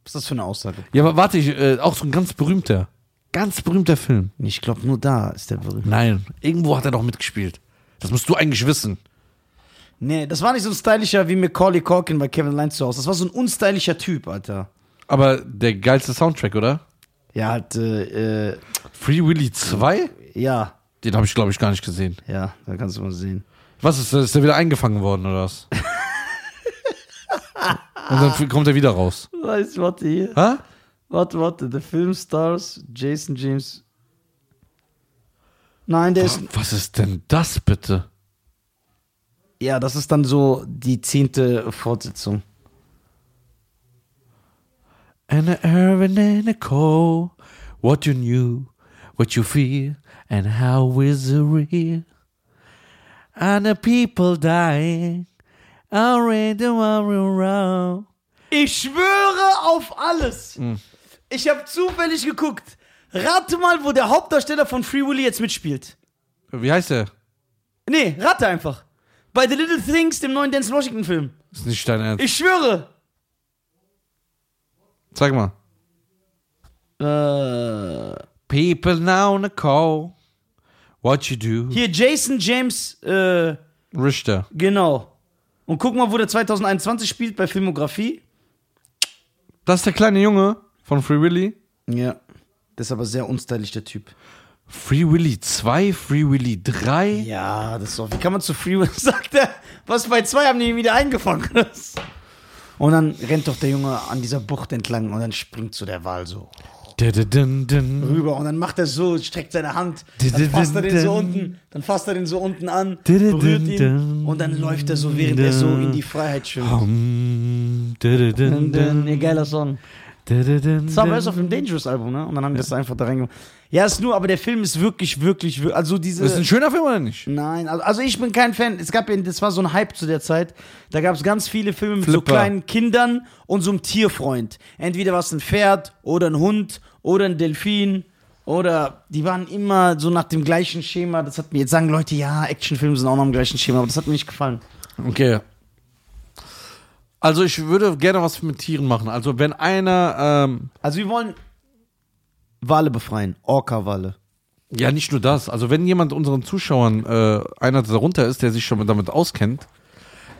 [SPEAKER 1] Was ist das für eine Aussage?
[SPEAKER 2] Ja, aber warte, ich, äh, auch so ein ganz berühmter. Ganz berühmter Film.
[SPEAKER 1] Ich glaube, nur da ist der berühmt.
[SPEAKER 2] Nein, irgendwo hat er doch mitgespielt. Das musst du eigentlich wissen.
[SPEAKER 1] Nee, das war nicht so ein stylischer wie Macaulay Culkin bei Kevin Lines zu Hause. Das war so ein unstylischer Typ, Alter.
[SPEAKER 2] Aber der geilste Soundtrack, oder?
[SPEAKER 1] Ja, halt, äh, äh,
[SPEAKER 2] Free Willy 2?
[SPEAKER 1] ja.
[SPEAKER 2] Den habe ich, glaube ich, gar nicht gesehen.
[SPEAKER 1] Ja, da kannst du mal sehen.
[SPEAKER 2] Was ist, das? ist der wieder eingefangen worden, oder was? Und dann kommt er wieder raus.
[SPEAKER 1] Weißt, warte hier.
[SPEAKER 2] Hä?
[SPEAKER 1] Warte, warte. The Film Stars, Jason James. Nein, der ist.
[SPEAKER 2] Was ist denn das bitte?
[SPEAKER 1] Ja, das ist dann so die zehnte Fortsetzung.
[SPEAKER 2] Anna Irvin and a cold. What you knew, what you feel, and how is it real? And the people dying. Already around.
[SPEAKER 1] Ich schwöre auf alles. Ich habe zufällig geguckt. Rate mal, wo der Hauptdarsteller von Free Willy jetzt mitspielt.
[SPEAKER 2] Wie heißt der?
[SPEAKER 1] Nee, rate einfach. Bei The Little Things, dem neuen Dance Washington Film.
[SPEAKER 2] Ist nicht dein Ernst.
[SPEAKER 1] Ich schwöre.
[SPEAKER 2] Zeig mal.
[SPEAKER 1] Äh,
[SPEAKER 2] People now in a call. What you do.
[SPEAKER 1] hier Jason James, äh,
[SPEAKER 2] Richter.
[SPEAKER 1] genau. Und guck mal, wo der 2021 spielt bei Filmografie.
[SPEAKER 2] Das ist der kleine Junge von Free Willy.
[SPEAKER 1] Ja. Das ist aber sehr unstylisch, der Typ.
[SPEAKER 2] Free Willy 2, Free Willy 3.
[SPEAKER 1] Ja, das ist doch. Wie kann man zu Free Willy? Sagt er, was bei zwei haben die ihn wieder eingefangen. Und dann rennt doch der Junge an dieser Bucht entlang und dann springt so der Wal so
[SPEAKER 2] Da, da, dun, dun.
[SPEAKER 1] rüber und dann macht er so, streckt seine Hand, dann
[SPEAKER 2] Dididin,
[SPEAKER 1] fasst er den so
[SPEAKER 2] dun.
[SPEAKER 1] unten, dann fasst er den so unten an,
[SPEAKER 2] Dididin,
[SPEAKER 1] berührt ihn
[SPEAKER 2] dun,
[SPEAKER 1] und dann läuft er so, während er so in die Freiheit schwimmt.
[SPEAKER 2] Hum, da, da, dun, dun.
[SPEAKER 1] Ihr geiler Song.
[SPEAKER 2] Da, da, dun,
[SPEAKER 1] Das war
[SPEAKER 2] dun.
[SPEAKER 1] alles auf dem Dangerous-Album, ne? Und dann haben die das einfach da reingemacht. Ja, ist nur, aber der Film ist wirklich, wirklich, wir- also diese...
[SPEAKER 2] Ist ein schöner Film oder nicht?
[SPEAKER 1] Nein, also, also ich bin kein Fan. Es gab, ja- das war so ein Hype zu der Zeit. Da gab es ganz viele Filme mit so
[SPEAKER 2] Flipper.
[SPEAKER 1] kleinen Kindern und so einem Tierfreund. Entweder war es ein Pferd oder ein Hund oder ein Delfin Oder die waren immer so nach dem gleichen Schema. Das hat mir jetzt sagen Leute, ja, Actionfilme sind auch nach dem gleichen Schema, aber das hat mir nicht gefallen.
[SPEAKER 2] Okay. Also ich würde gerne was mit Tieren machen. Also wenn einer, ähm,
[SPEAKER 1] Also wir wollen Wale befreien, Orca-Wale.
[SPEAKER 2] ja nicht nur das, also wenn jemand unseren Zuschauern äh, einer darunter ist, der sich schon damit auskennt,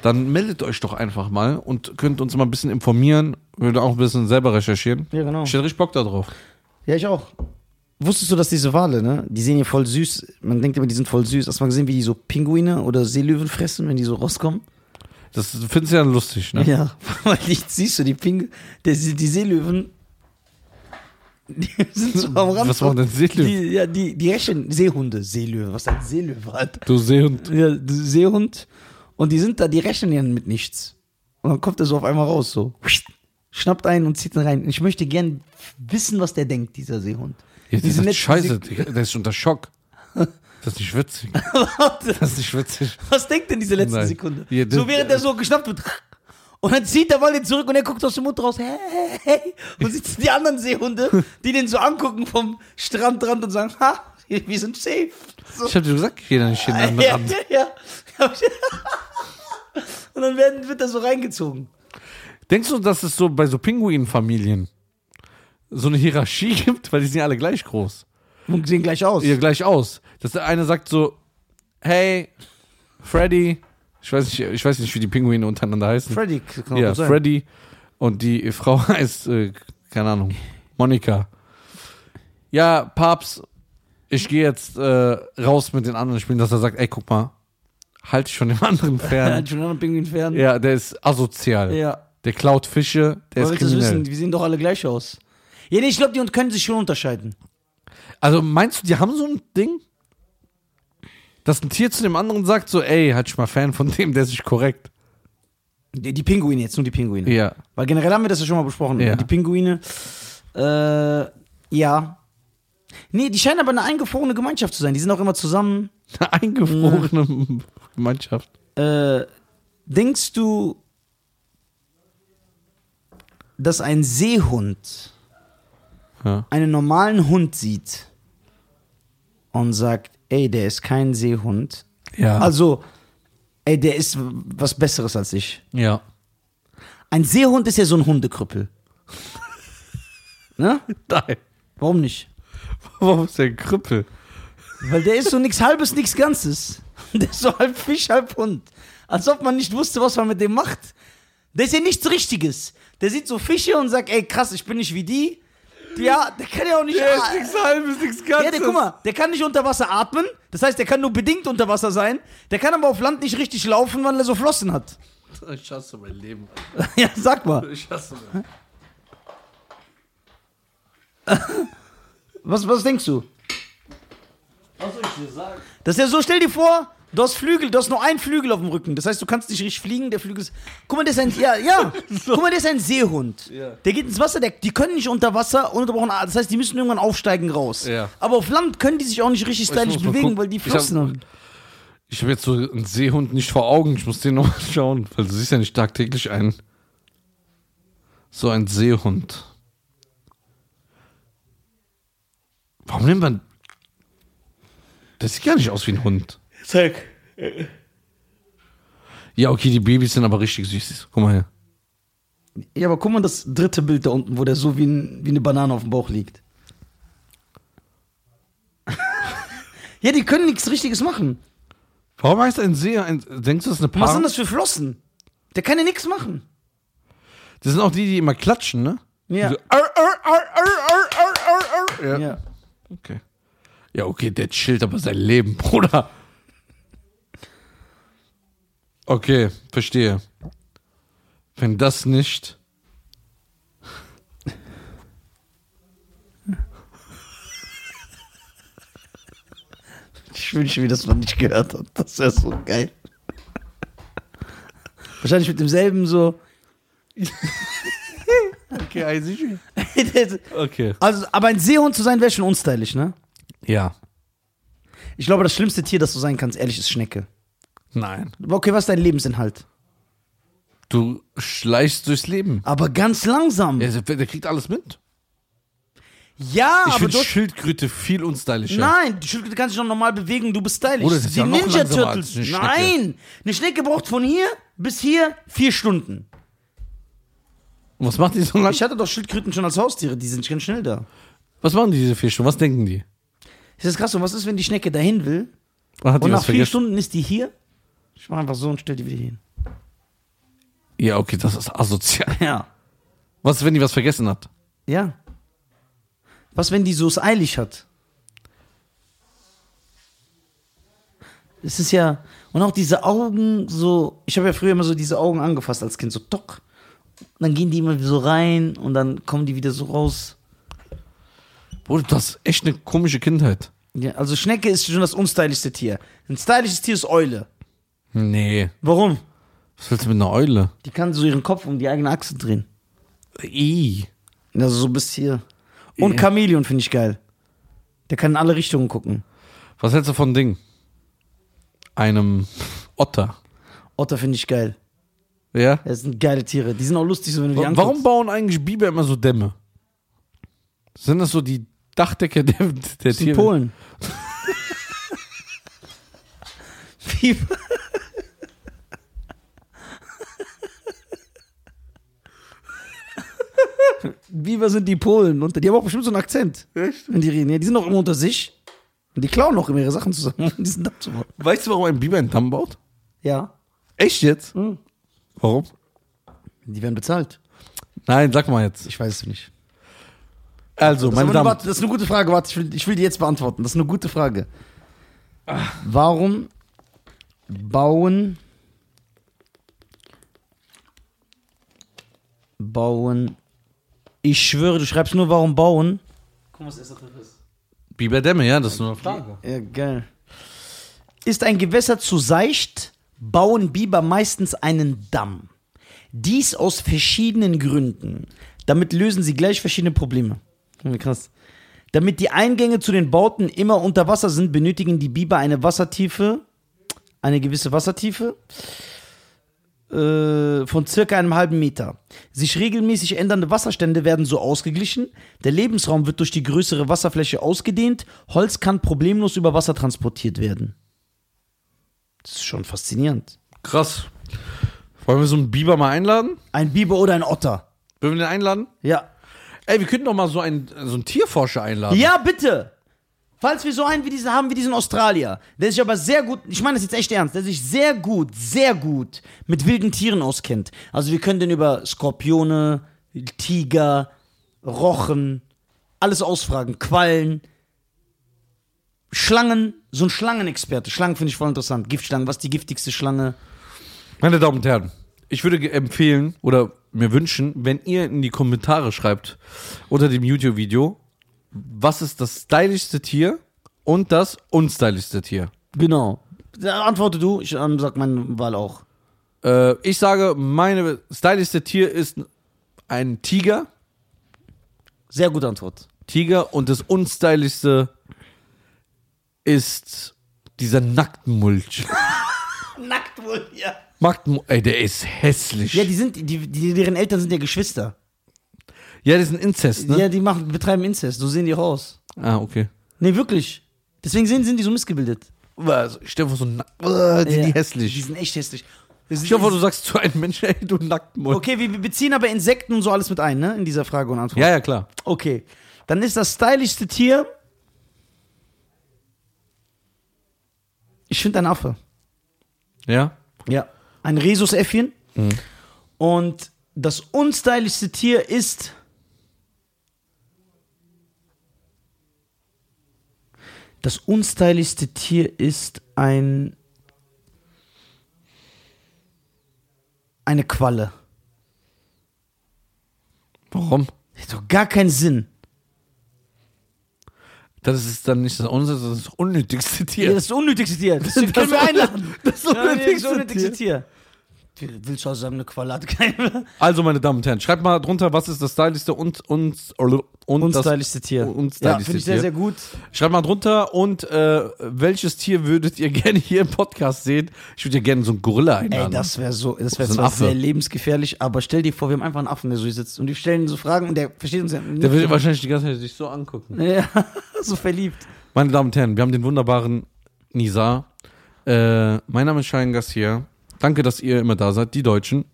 [SPEAKER 2] dann meldet euch doch einfach mal und könnt uns mal ein bisschen informieren, würde auch ein bisschen selber recherchieren.
[SPEAKER 1] Ja, genau.
[SPEAKER 2] Ich hätte richtig Bock darauf.
[SPEAKER 1] Ja, ich auch. Wusstest du, dass diese Wale, ne? Die sehen ja voll süß. Man denkt immer, die sind voll süß. Hast du mal gesehen, wie die so Pinguine oder Seelöwen fressen, wenn die so rauskommen?
[SPEAKER 2] Das findest du ja lustig, ne?
[SPEAKER 1] Ja, weil die, siehst du, die Pingu, der, die Seelöwen, die sind so am Rand.
[SPEAKER 2] Was machen denn Seelöwen?
[SPEAKER 1] Die, ja, die, die rechnen Seehunde, Seelöwe, was ein Seelöwe hat.
[SPEAKER 2] Du Seehund.
[SPEAKER 1] Ja, d- Seehund. Und die sind da, die rechnen ja mit nichts. Und dann kommt er so auf einmal raus, so. Schnappt einen und zieht ihn rein. Ich möchte gern wissen, was der denkt, dieser Seehund.
[SPEAKER 2] Ja, die
[SPEAKER 1] Diese
[SPEAKER 2] sagt,
[SPEAKER 1] letzten
[SPEAKER 2] Scheiße,
[SPEAKER 1] Sek-
[SPEAKER 2] Digga, der ist unter Schock. Das ist nicht witzig. Das ist nicht witzig.
[SPEAKER 1] Was denkt denn diese letzte
[SPEAKER 2] Nein.
[SPEAKER 1] Sekunde?
[SPEAKER 2] Ja, das-
[SPEAKER 1] so während er so geschnappt wird. Und dann zieht der Wall ihn zurück und er guckt aus dem Mund raus. Hey, hey, hey. Und sieht die anderen Seehunde, die den so angucken vom Strandrand und sagen, ha, wir sind safe. So.
[SPEAKER 2] Ich hab dir gesagt, ich geh da nicht hin.
[SPEAKER 1] Ja,
[SPEAKER 2] dann mit
[SPEAKER 1] ja,
[SPEAKER 2] an.
[SPEAKER 1] ja. Und dann werden, wird er so reingezogen.
[SPEAKER 2] Denkst du, dass es so bei so Pinguinfamilien so eine Hierarchie gibt? Weil die sind ja alle gleich groß.
[SPEAKER 1] Und sehen gleich aus.
[SPEAKER 2] Ja, gleich aus. Dass der eine sagt so, hey, Freddy. Ich weiß nicht, ich weiß nicht wie die Pinguine untereinander heißen.
[SPEAKER 1] Freddy kann
[SPEAKER 2] ja,
[SPEAKER 1] gut sein.
[SPEAKER 2] Freddy. Und die Frau heißt, äh, keine Ahnung, Monika. Ja, Papst, ich gehe jetzt äh, raus mit den anderen Spielen, dass er sagt, ey, guck mal, halt dich von dem anderen
[SPEAKER 1] Er
[SPEAKER 2] fern.
[SPEAKER 1] hat schon einen anderen Pinguin fern.
[SPEAKER 2] ja, der ist asozial.
[SPEAKER 1] Ja.
[SPEAKER 2] Der klaut Fische, der
[SPEAKER 1] Aber
[SPEAKER 2] ist
[SPEAKER 1] willst du das
[SPEAKER 2] kriminell.
[SPEAKER 1] wissen? Wir sehen doch alle gleich aus. Ja, nee, ich glaube, die können sich schon unterscheiden.
[SPEAKER 2] Also meinst du, die haben so ein Ding? Dass ein Tier zu dem anderen sagt so, ey, halt dich mal fern von dem, der ist nicht korrekt.
[SPEAKER 1] Die, die Pinguine jetzt, nur die Pinguine.
[SPEAKER 2] Ja.
[SPEAKER 1] Weil generell haben wir das ja schon mal besprochen.
[SPEAKER 2] Ja.
[SPEAKER 1] Die Pinguine. Äh, ja. Nee, die scheinen aber eine eingefrorene Gemeinschaft zu sein. Die sind auch immer zusammen.
[SPEAKER 2] Eine eingefrorene Mannschaft.
[SPEAKER 1] Äh, denkst du, dass ein Seehund
[SPEAKER 2] Ja.
[SPEAKER 1] einen normalen Hund sieht und sagt, ey, der ist kein Seehund?
[SPEAKER 2] Ja.
[SPEAKER 1] Also, ey, der ist was Besseres als ich.
[SPEAKER 2] ja.
[SPEAKER 1] Ein Seehund ist ja so ein Hundekrüppel. ne?
[SPEAKER 2] Nein.
[SPEAKER 1] Warum nicht?
[SPEAKER 2] Warum ist der ein Krüppel?
[SPEAKER 1] Weil der ist so nichts halbes, nichts Ganzes. Der ist so halb Fisch, halb Hund. Als ob man nicht wusste, was man mit dem macht. Der ist ja nichts Richtiges. Der sieht so Fische und sagt, ey krass, ich bin nicht wie die. Ja, der kann ja auch nicht. Ah,
[SPEAKER 2] Der ist nichts halbes, nichts ganzes.
[SPEAKER 1] Ja, der, guck mal, der kann nicht unter Wasser atmen. Das heißt, der kann nur bedingt unter Wasser sein. Der kann aber auf Land nicht richtig laufen, weil er so Flossen hat.
[SPEAKER 2] Ich hasse mein Leben.
[SPEAKER 1] ja, sag mal.
[SPEAKER 2] Ich hasse mein Leben.
[SPEAKER 1] Was, was denkst du?
[SPEAKER 2] Was soll ich dir sagen?
[SPEAKER 1] Das ist ja so, stell dir vor, du hast Flügel, du hast nur einen Flügel auf dem Rücken. Das heißt, du kannst nicht richtig fliegen, der Flügel ist. Guck mal, der ist ein. Ja, ja. Guck mal, der ist ein Seehund.
[SPEAKER 2] Ja.
[SPEAKER 1] Der geht ins Wasser, der, die können nicht unter Wasser ununterbrochen. atmen. Das heißt, die müssen irgendwann aufsteigen raus.
[SPEAKER 2] Ja.
[SPEAKER 1] Aber auf Land können die sich auch nicht richtig stylisch
[SPEAKER 2] muss mal
[SPEAKER 1] bewegen,
[SPEAKER 2] gucken.
[SPEAKER 1] weil die halt.
[SPEAKER 2] Ich hab-
[SPEAKER 1] Flossen haben.
[SPEAKER 2] Ich habe jetzt so einen Seehund nicht vor Augen. Ich muss den nochmal schauen, weil du siehst ja nicht tagtäglich einen. So ein Seehund. Warum nimmt man. Das sieht gar nicht aus wie ein Hund.
[SPEAKER 1] Zeig.
[SPEAKER 2] Ja, okay, die Babys sind aber richtig süß. Guck mal her.
[SPEAKER 1] Ja, aber guck mal das dritte Bild da unten, wo der so wie, ein, wie eine Banane auf dem Bauch liegt. ja, die können nichts Richtiges machen.
[SPEAKER 2] Warum heißt ein See ein. Denkst du, das ist eine
[SPEAKER 1] Was
[SPEAKER 2] Paarung?
[SPEAKER 1] sind das für Flossen? Der kann ja nichts machen.
[SPEAKER 2] Das sind auch die, die immer klatschen, ne?
[SPEAKER 1] Ja.
[SPEAKER 2] Die So, arr, arr, arr, arr, arr, arr, arr. Ja.
[SPEAKER 1] ja.
[SPEAKER 2] Okay. Ja, okay, der chillt aber sein Leben, Bruder. Okay, verstehe. Wenn das nicht.
[SPEAKER 1] Ich wünsche mir, dass man nicht gehört hat. Das wäre so geil. Wahrscheinlich mit demselben so.
[SPEAKER 2] Okay, easy. Okay.
[SPEAKER 1] also, aber ein Seehund zu sein, wäre schon unstylisch, ne?
[SPEAKER 2] Ja.
[SPEAKER 1] Ich glaube, das schlimmste Tier, das du sein kannst, ehrlich, ist Schnecke.
[SPEAKER 2] Nein.
[SPEAKER 1] Aber Okay, was ist dein Lebensinhalt?
[SPEAKER 2] Du
[SPEAKER 1] Ah.
[SPEAKER 2] schleichst durchs Leben.
[SPEAKER 1] Aber ganz langsam.
[SPEAKER 2] Ja, der, der kriegt alles mit.
[SPEAKER 1] Ja,
[SPEAKER 2] Ich
[SPEAKER 1] Ah, aber
[SPEAKER 2] finde
[SPEAKER 1] du
[SPEAKER 2] Schildkröte viel unstylischer.
[SPEAKER 1] Nein, die Schildkröte kann sich noch normal bewegen, du bist stylisch.
[SPEAKER 2] Oder das ist
[SPEAKER 1] die
[SPEAKER 2] ja noch
[SPEAKER 1] Ninja
[SPEAKER 2] langsamer
[SPEAKER 1] Turtles.
[SPEAKER 2] als eine Schnecke.
[SPEAKER 1] Nein, eine Schnecke braucht von hier bis hier vier Stunden.
[SPEAKER 2] Und Was macht die so lang?
[SPEAKER 1] Ich hatte doch Schildkröten schon als Haustiere, die sind ganz schnell da.
[SPEAKER 2] Was machen die, diese vier Stunden? Was denken die?
[SPEAKER 1] Ist das krass, und was ist, wenn die Schnecke dahin will?
[SPEAKER 2] Oder hat die
[SPEAKER 1] Und
[SPEAKER 2] was
[SPEAKER 1] nach vier
[SPEAKER 2] vergessen?
[SPEAKER 1] Stunden ist die hier? Ich mach einfach so und stell die wieder hin.
[SPEAKER 2] Ja, okay, das ist asozial.
[SPEAKER 1] Ja.
[SPEAKER 2] Was, wenn die was vergessen hat?
[SPEAKER 1] Ja. Was, wenn die so es eilig hat? Es ist ja. Und auch diese Augen so. Ich habe ja früher immer so diese Augen angefasst als Kind, so tock. Und dann gehen die immer so rein und dann kommen die wieder so raus.
[SPEAKER 2] Bruder, das ist echt eine komische Kindheit.
[SPEAKER 1] Ja, also Schnecke ist schon das unstylischste Tier. Ein stylisches Tier ist Eule.
[SPEAKER 2] Nee.
[SPEAKER 1] Warum?
[SPEAKER 2] Was willst du mit einer Eule?
[SPEAKER 1] Die kann so ihren Kopf um die eigene Achse drehen.
[SPEAKER 2] I.
[SPEAKER 1] Also so bis hier. Und Chamäleon finde ich geil. Der kann in alle Richtungen gucken.
[SPEAKER 2] Was hältst du von Ding? Einem Otter.
[SPEAKER 1] Otter finde ich geil.
[SPEAKER 2] Ja?
[SPEAKER 1] Das sind geile Tiere. Die sind auch lustig, so wenn du die
[SPEAKER 2] Wa-
[SPEAKER 1] anguckst.
[SPEAKER 2] Warum bauen eigentlich Biber immer so Dämme? Sind das so die Dachdecker der, der
[SPEAKER 1] Das sind
[SPEAKER 2] Tiere?
[SPEAKER 1] Polen. Wie- Biber sind die Polen. Und die haben auch bestimmt so einen Akzent. Echt? Wenn die reden. Ja, die sind auch immer unter sich. Und die klauen auch immer ihre Sachen zusammen, um diesen Damm zu bauen.
[SPEAKER 2] Weißt du, warum ein Biber einen Damm baut?
[SPEAKER 1] Ja.
[SPEAKER 2] Echt jetzt? Warum?
[SPEAKER 1] Die werden bezahlt.
[SPEAKER 2] Nein, sag mal jetzt.
[SPEAKER 1] Ich weiß es nicht.
[SPEAKER 2] Also,
[SPEAKER 1] Das, ist
[SPEAKER 2] meine
[SPEAKER 1] aber eine,
[SPEAKER 2] Damen.
[SPEAKER 1] warte, das ist eine gute Frage, warte, ich will, ich will die jetzt beantworten. Das ist eine gute Frage. Warum bauen bauen ich schwöre, du schreibst nur warum bauen. Guck, was erster Tipp ist.
[SPEAKER 2] Biber Dämme, ja, das ist nur eine Frage.
[SPEAKER 1] Ja, geil. Ist ein Gewässer zu seicht, bauen Biber meistens einen Damm. Dies aus verschiedenen Gründen. Damit lösen sie gleich verschiedene Probleme. Hm, Krass. Damit die Eingänge zu den Bauten immer unter Wasser sind, benötigen die Biber eine Wassertiefe, eine gewisse Wassertiefe äh, von circa einem halben Meter. Sich regelmäßig ändernde Wasserstände werden so ausgeglichen, der Lebensraum wird durch die größere Wasserfläche ausgedehnt, Holz kann problemlos über Wasser transportiert werden. Das ist schon faszinierend.
[SPEAKER 2] Krass. Wollen wir so einen Biber mal einladen?
[SPEAKER 1] Ein Biber oder ein Otter?
[SPEAKER 2] Würden wir den einladen?
[SPEAKER 1] Ja.
[SPEAKER 2] Ey, wir könnten doch mal so einen, so einen Tierforscher einladen.
[SPEAKER 1] Ja, bitte! Falls wir so einen wie diesen haben, wie diesen Australier, der sich aber sehr gut, ich meine das jetzt echt ernst, der sich sehr gut, sehr gut mit wilden Tieren auskennt. Also wir können den über Skorpione, Tiger, Rochen, alles ausfragen, Quallen, Schlangen, so ein Schlangenexperte. Schlangen finde ich voll interessant. Giftschlangen, was ist die giftigste Schlange?
[SPEAKER 2] Meine Damen und Herren, ich würde ge- empfehlen oder mir wünschen, wenn ihr in die Kommentare schreibt unter dem YouTube-Video, was ist das stylischste Tier und das unstylischste Tier.
[SPEAKER 1] Genau. Da antworte du, ich ähm, sag meine Wahl auch.
[SPEAKER 2] Äh, ich sage, meine stylischste Tier ist ein Tiger.
[SPEAKER 1] Sehr gute Antwort.
[SPEAKER 2] Tiger und das unstylischste ist dieser Nacktmulch.
[SPEAKER 1] Nackt wohl, ja.
[SPEAKER 2] Nacktmulch, ey, der ist hässlich.
[SPEAKER 1] Ja, die sind, die, die, deren Eltern sind ja Geschwister.
[SPEAKER 2] Ja, das ist ein Inzest, ne?
[SPEAKER 1] Ja, die machen, betreiben Inzest, so sehen die auch aus.
[SPEAKER 2] Ah, okay.
[SPEAKER 1] Nee, wirklich. Deswegen sind, sind die so missgebildet.
[SPEAKER 2] Also, ich stell mir vor, so nack- Uah, sind
[SPEAKER 1] Ja.
[SPEAKER 2] die hässlich.
[SPEAKER 1] Die sind echt hässlich. Das
[SPEAKER 2] Ich
[SPEAKER 1] sind-
[SPEAKER 2] hoffe, du sagst zu einem Menschen, ey, du Nacktmund.
[SPEAKER 1] okay, wir wir beziehen aber Insekten und so alles mit ein, ne? In dieser Frage und Antwort.
[SPEAKER 2] Ja, ja, klar.
[SPEAKER 1] Okay. Dann ist das stylischste Tier. Ich finde ein Affe.
[SPEAKER 2] Ja?
[SPEAKER 1] Ja. Mhm. Ein Rhesusäffchen. Und das unstylischste Tier ist. Das unstylischste Tier ist ein. Eine Qualle.
[SPEAKER 2] Warum?
[SPEAKER 1] Hat doch gar keinen Sinn.
[SPEAKER 2] Das ist dann nicht das unnötigste, das ist das unnötigste
[SPEAKER 1] Ja,
[SPEAKER 2] Tier.
[SPEAKER 1] das ist das unnötigste Tier. Das können wir einladen.
[SPEAKER 2] Das ist
[SPEAKER 1] Ja, nee,
[SPEAKER 2] unnötigste,
[SPEAKER 1] das unnötigste
[SPEAKER 2] Tier.
[SPEAKER 1] Tier. Willst du also sagen, eine Qualle hat keine.
[SPEAKER 2] Also, meine Damen und Herren, schreibt mal drunter, was ist das stylischste und, und Und das
[SPEAKER 1] Unstylischste Tier.
[SPEAKER 2] unstylischste
[SPEAKER 1] ja, finde ich sehr,
[SPEAKER 2] Tier.
[SPEAKER 1] sehr gut.
[SPEAKER 2] Schreibt mal drunter und äh, welches Tier würdet ihr gerne hier im Podcast sehen? Ich würde ja gerne so einen Gorilla
[SPEAKER 1] Ey,
[SPEAKER 2] einladen.
[SPEAKER 1] das wäre so, das wäre
[SPEAKER 2] So ein
[SPEAKER 1] zwar
[SPEAKER 2] Affe.
[SPEAKER 1] sehr lebensgefährlich, aber stell dir vor, wir haben einfach einen Affen, der so hier sitzt und die stellen ihn so Fragen und der versteht uns ja nicht.
[SPEAKER 2] der würde wahrscheinlich die ganze Zeit sich so angucken.
[SPEAKER 1] ja, so verliebt.
[SPEAKER 2] Meine Damen und Herren, wir haben den wunderbaren Nisa. Äh, mein Name ist Schein Garcia. Danke, dass ihr immer da seid, die Deutschen.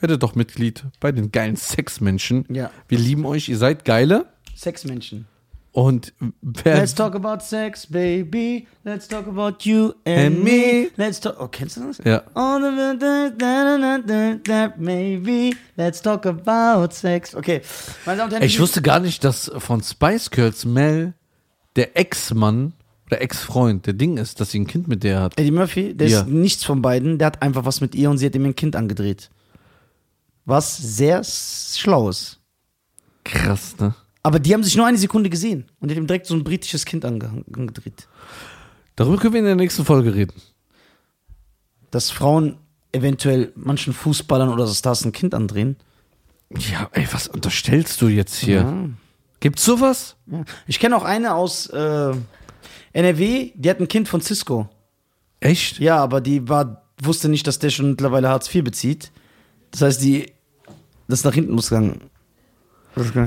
[SPEAKER 2] Werdet doch Mitglied bei den geilen Sexmenschen.
[SPEAKER 1] Ja.
[SPEAKER 2] Wir lieben euch, ihr seid geile.
[SPEAKER 1] Sexmenschen.
[SPEAKER 2] Und wer,
[SPEAKER 1] Let's talk about sex, baby. Let's talk about you and, me.
[SPEAKER 2] And me.
[SPEAKER 1] Let's talk. Oh, kennst du das?
[SPEAKER 2] Ja.
[SPEAKER 1] All of the things that- that- that- that maybe. Let's talk about sex. Okay. Meine Damen und Herren,
[SPEAKER 2] Ich wusste gar nicht, dass von Spice Girls Mel der Ex-Mann oder Ex-Freund der Ding ist, dass sie ein Kind mit der hat.
[SPEAKER 1] Eddie Murphy, der
[SPEAKER 2] Ja.
[SPEAKER 1] ist nichts von beiden. Der hat einfach was mit ihr und sie hat ihm ein Kind angedreht. Was sehr s- schlau ist.
[SPEAKER 2] Krass, ne?
[SPEAKER 1] Aber die haben sich nur eine Sekunde gesehen und die hat ihm direkt so ein britisches Kind ange- angedreht.
[SPEAKER 2] Darüber können wir in der nächsten Folge reden.
[SPEAKER 1] Dass Frauen eventuell manchen Fußballern oder so Stars ein Kind andrehen.
[SPEAKER 2] Ja, ey, was unterstellst du jetzt hier? Gibt's sowas?
[SPEAKER 1] Ja. Ich kenne auch eine aus äh, NRW, die hat ein Kind von Cisco.
[SPEAKER 2] Echt?
[SPEAKER 1] Ja, aber die war, wusste nicht, dass der schon mittlerweile Hartz IV bezieht. Das heißt, die das ist nach hinten losgegangen.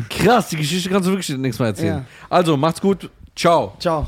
[SPEAKER 2] Krass, die Geschichte kannst du wirklich nichts mehr erzählen.
[SPEAKER 1] Ja.
[SPEAKER 2] Also, macht's gut. Ciao.
[SPEAKER 1] Ciao.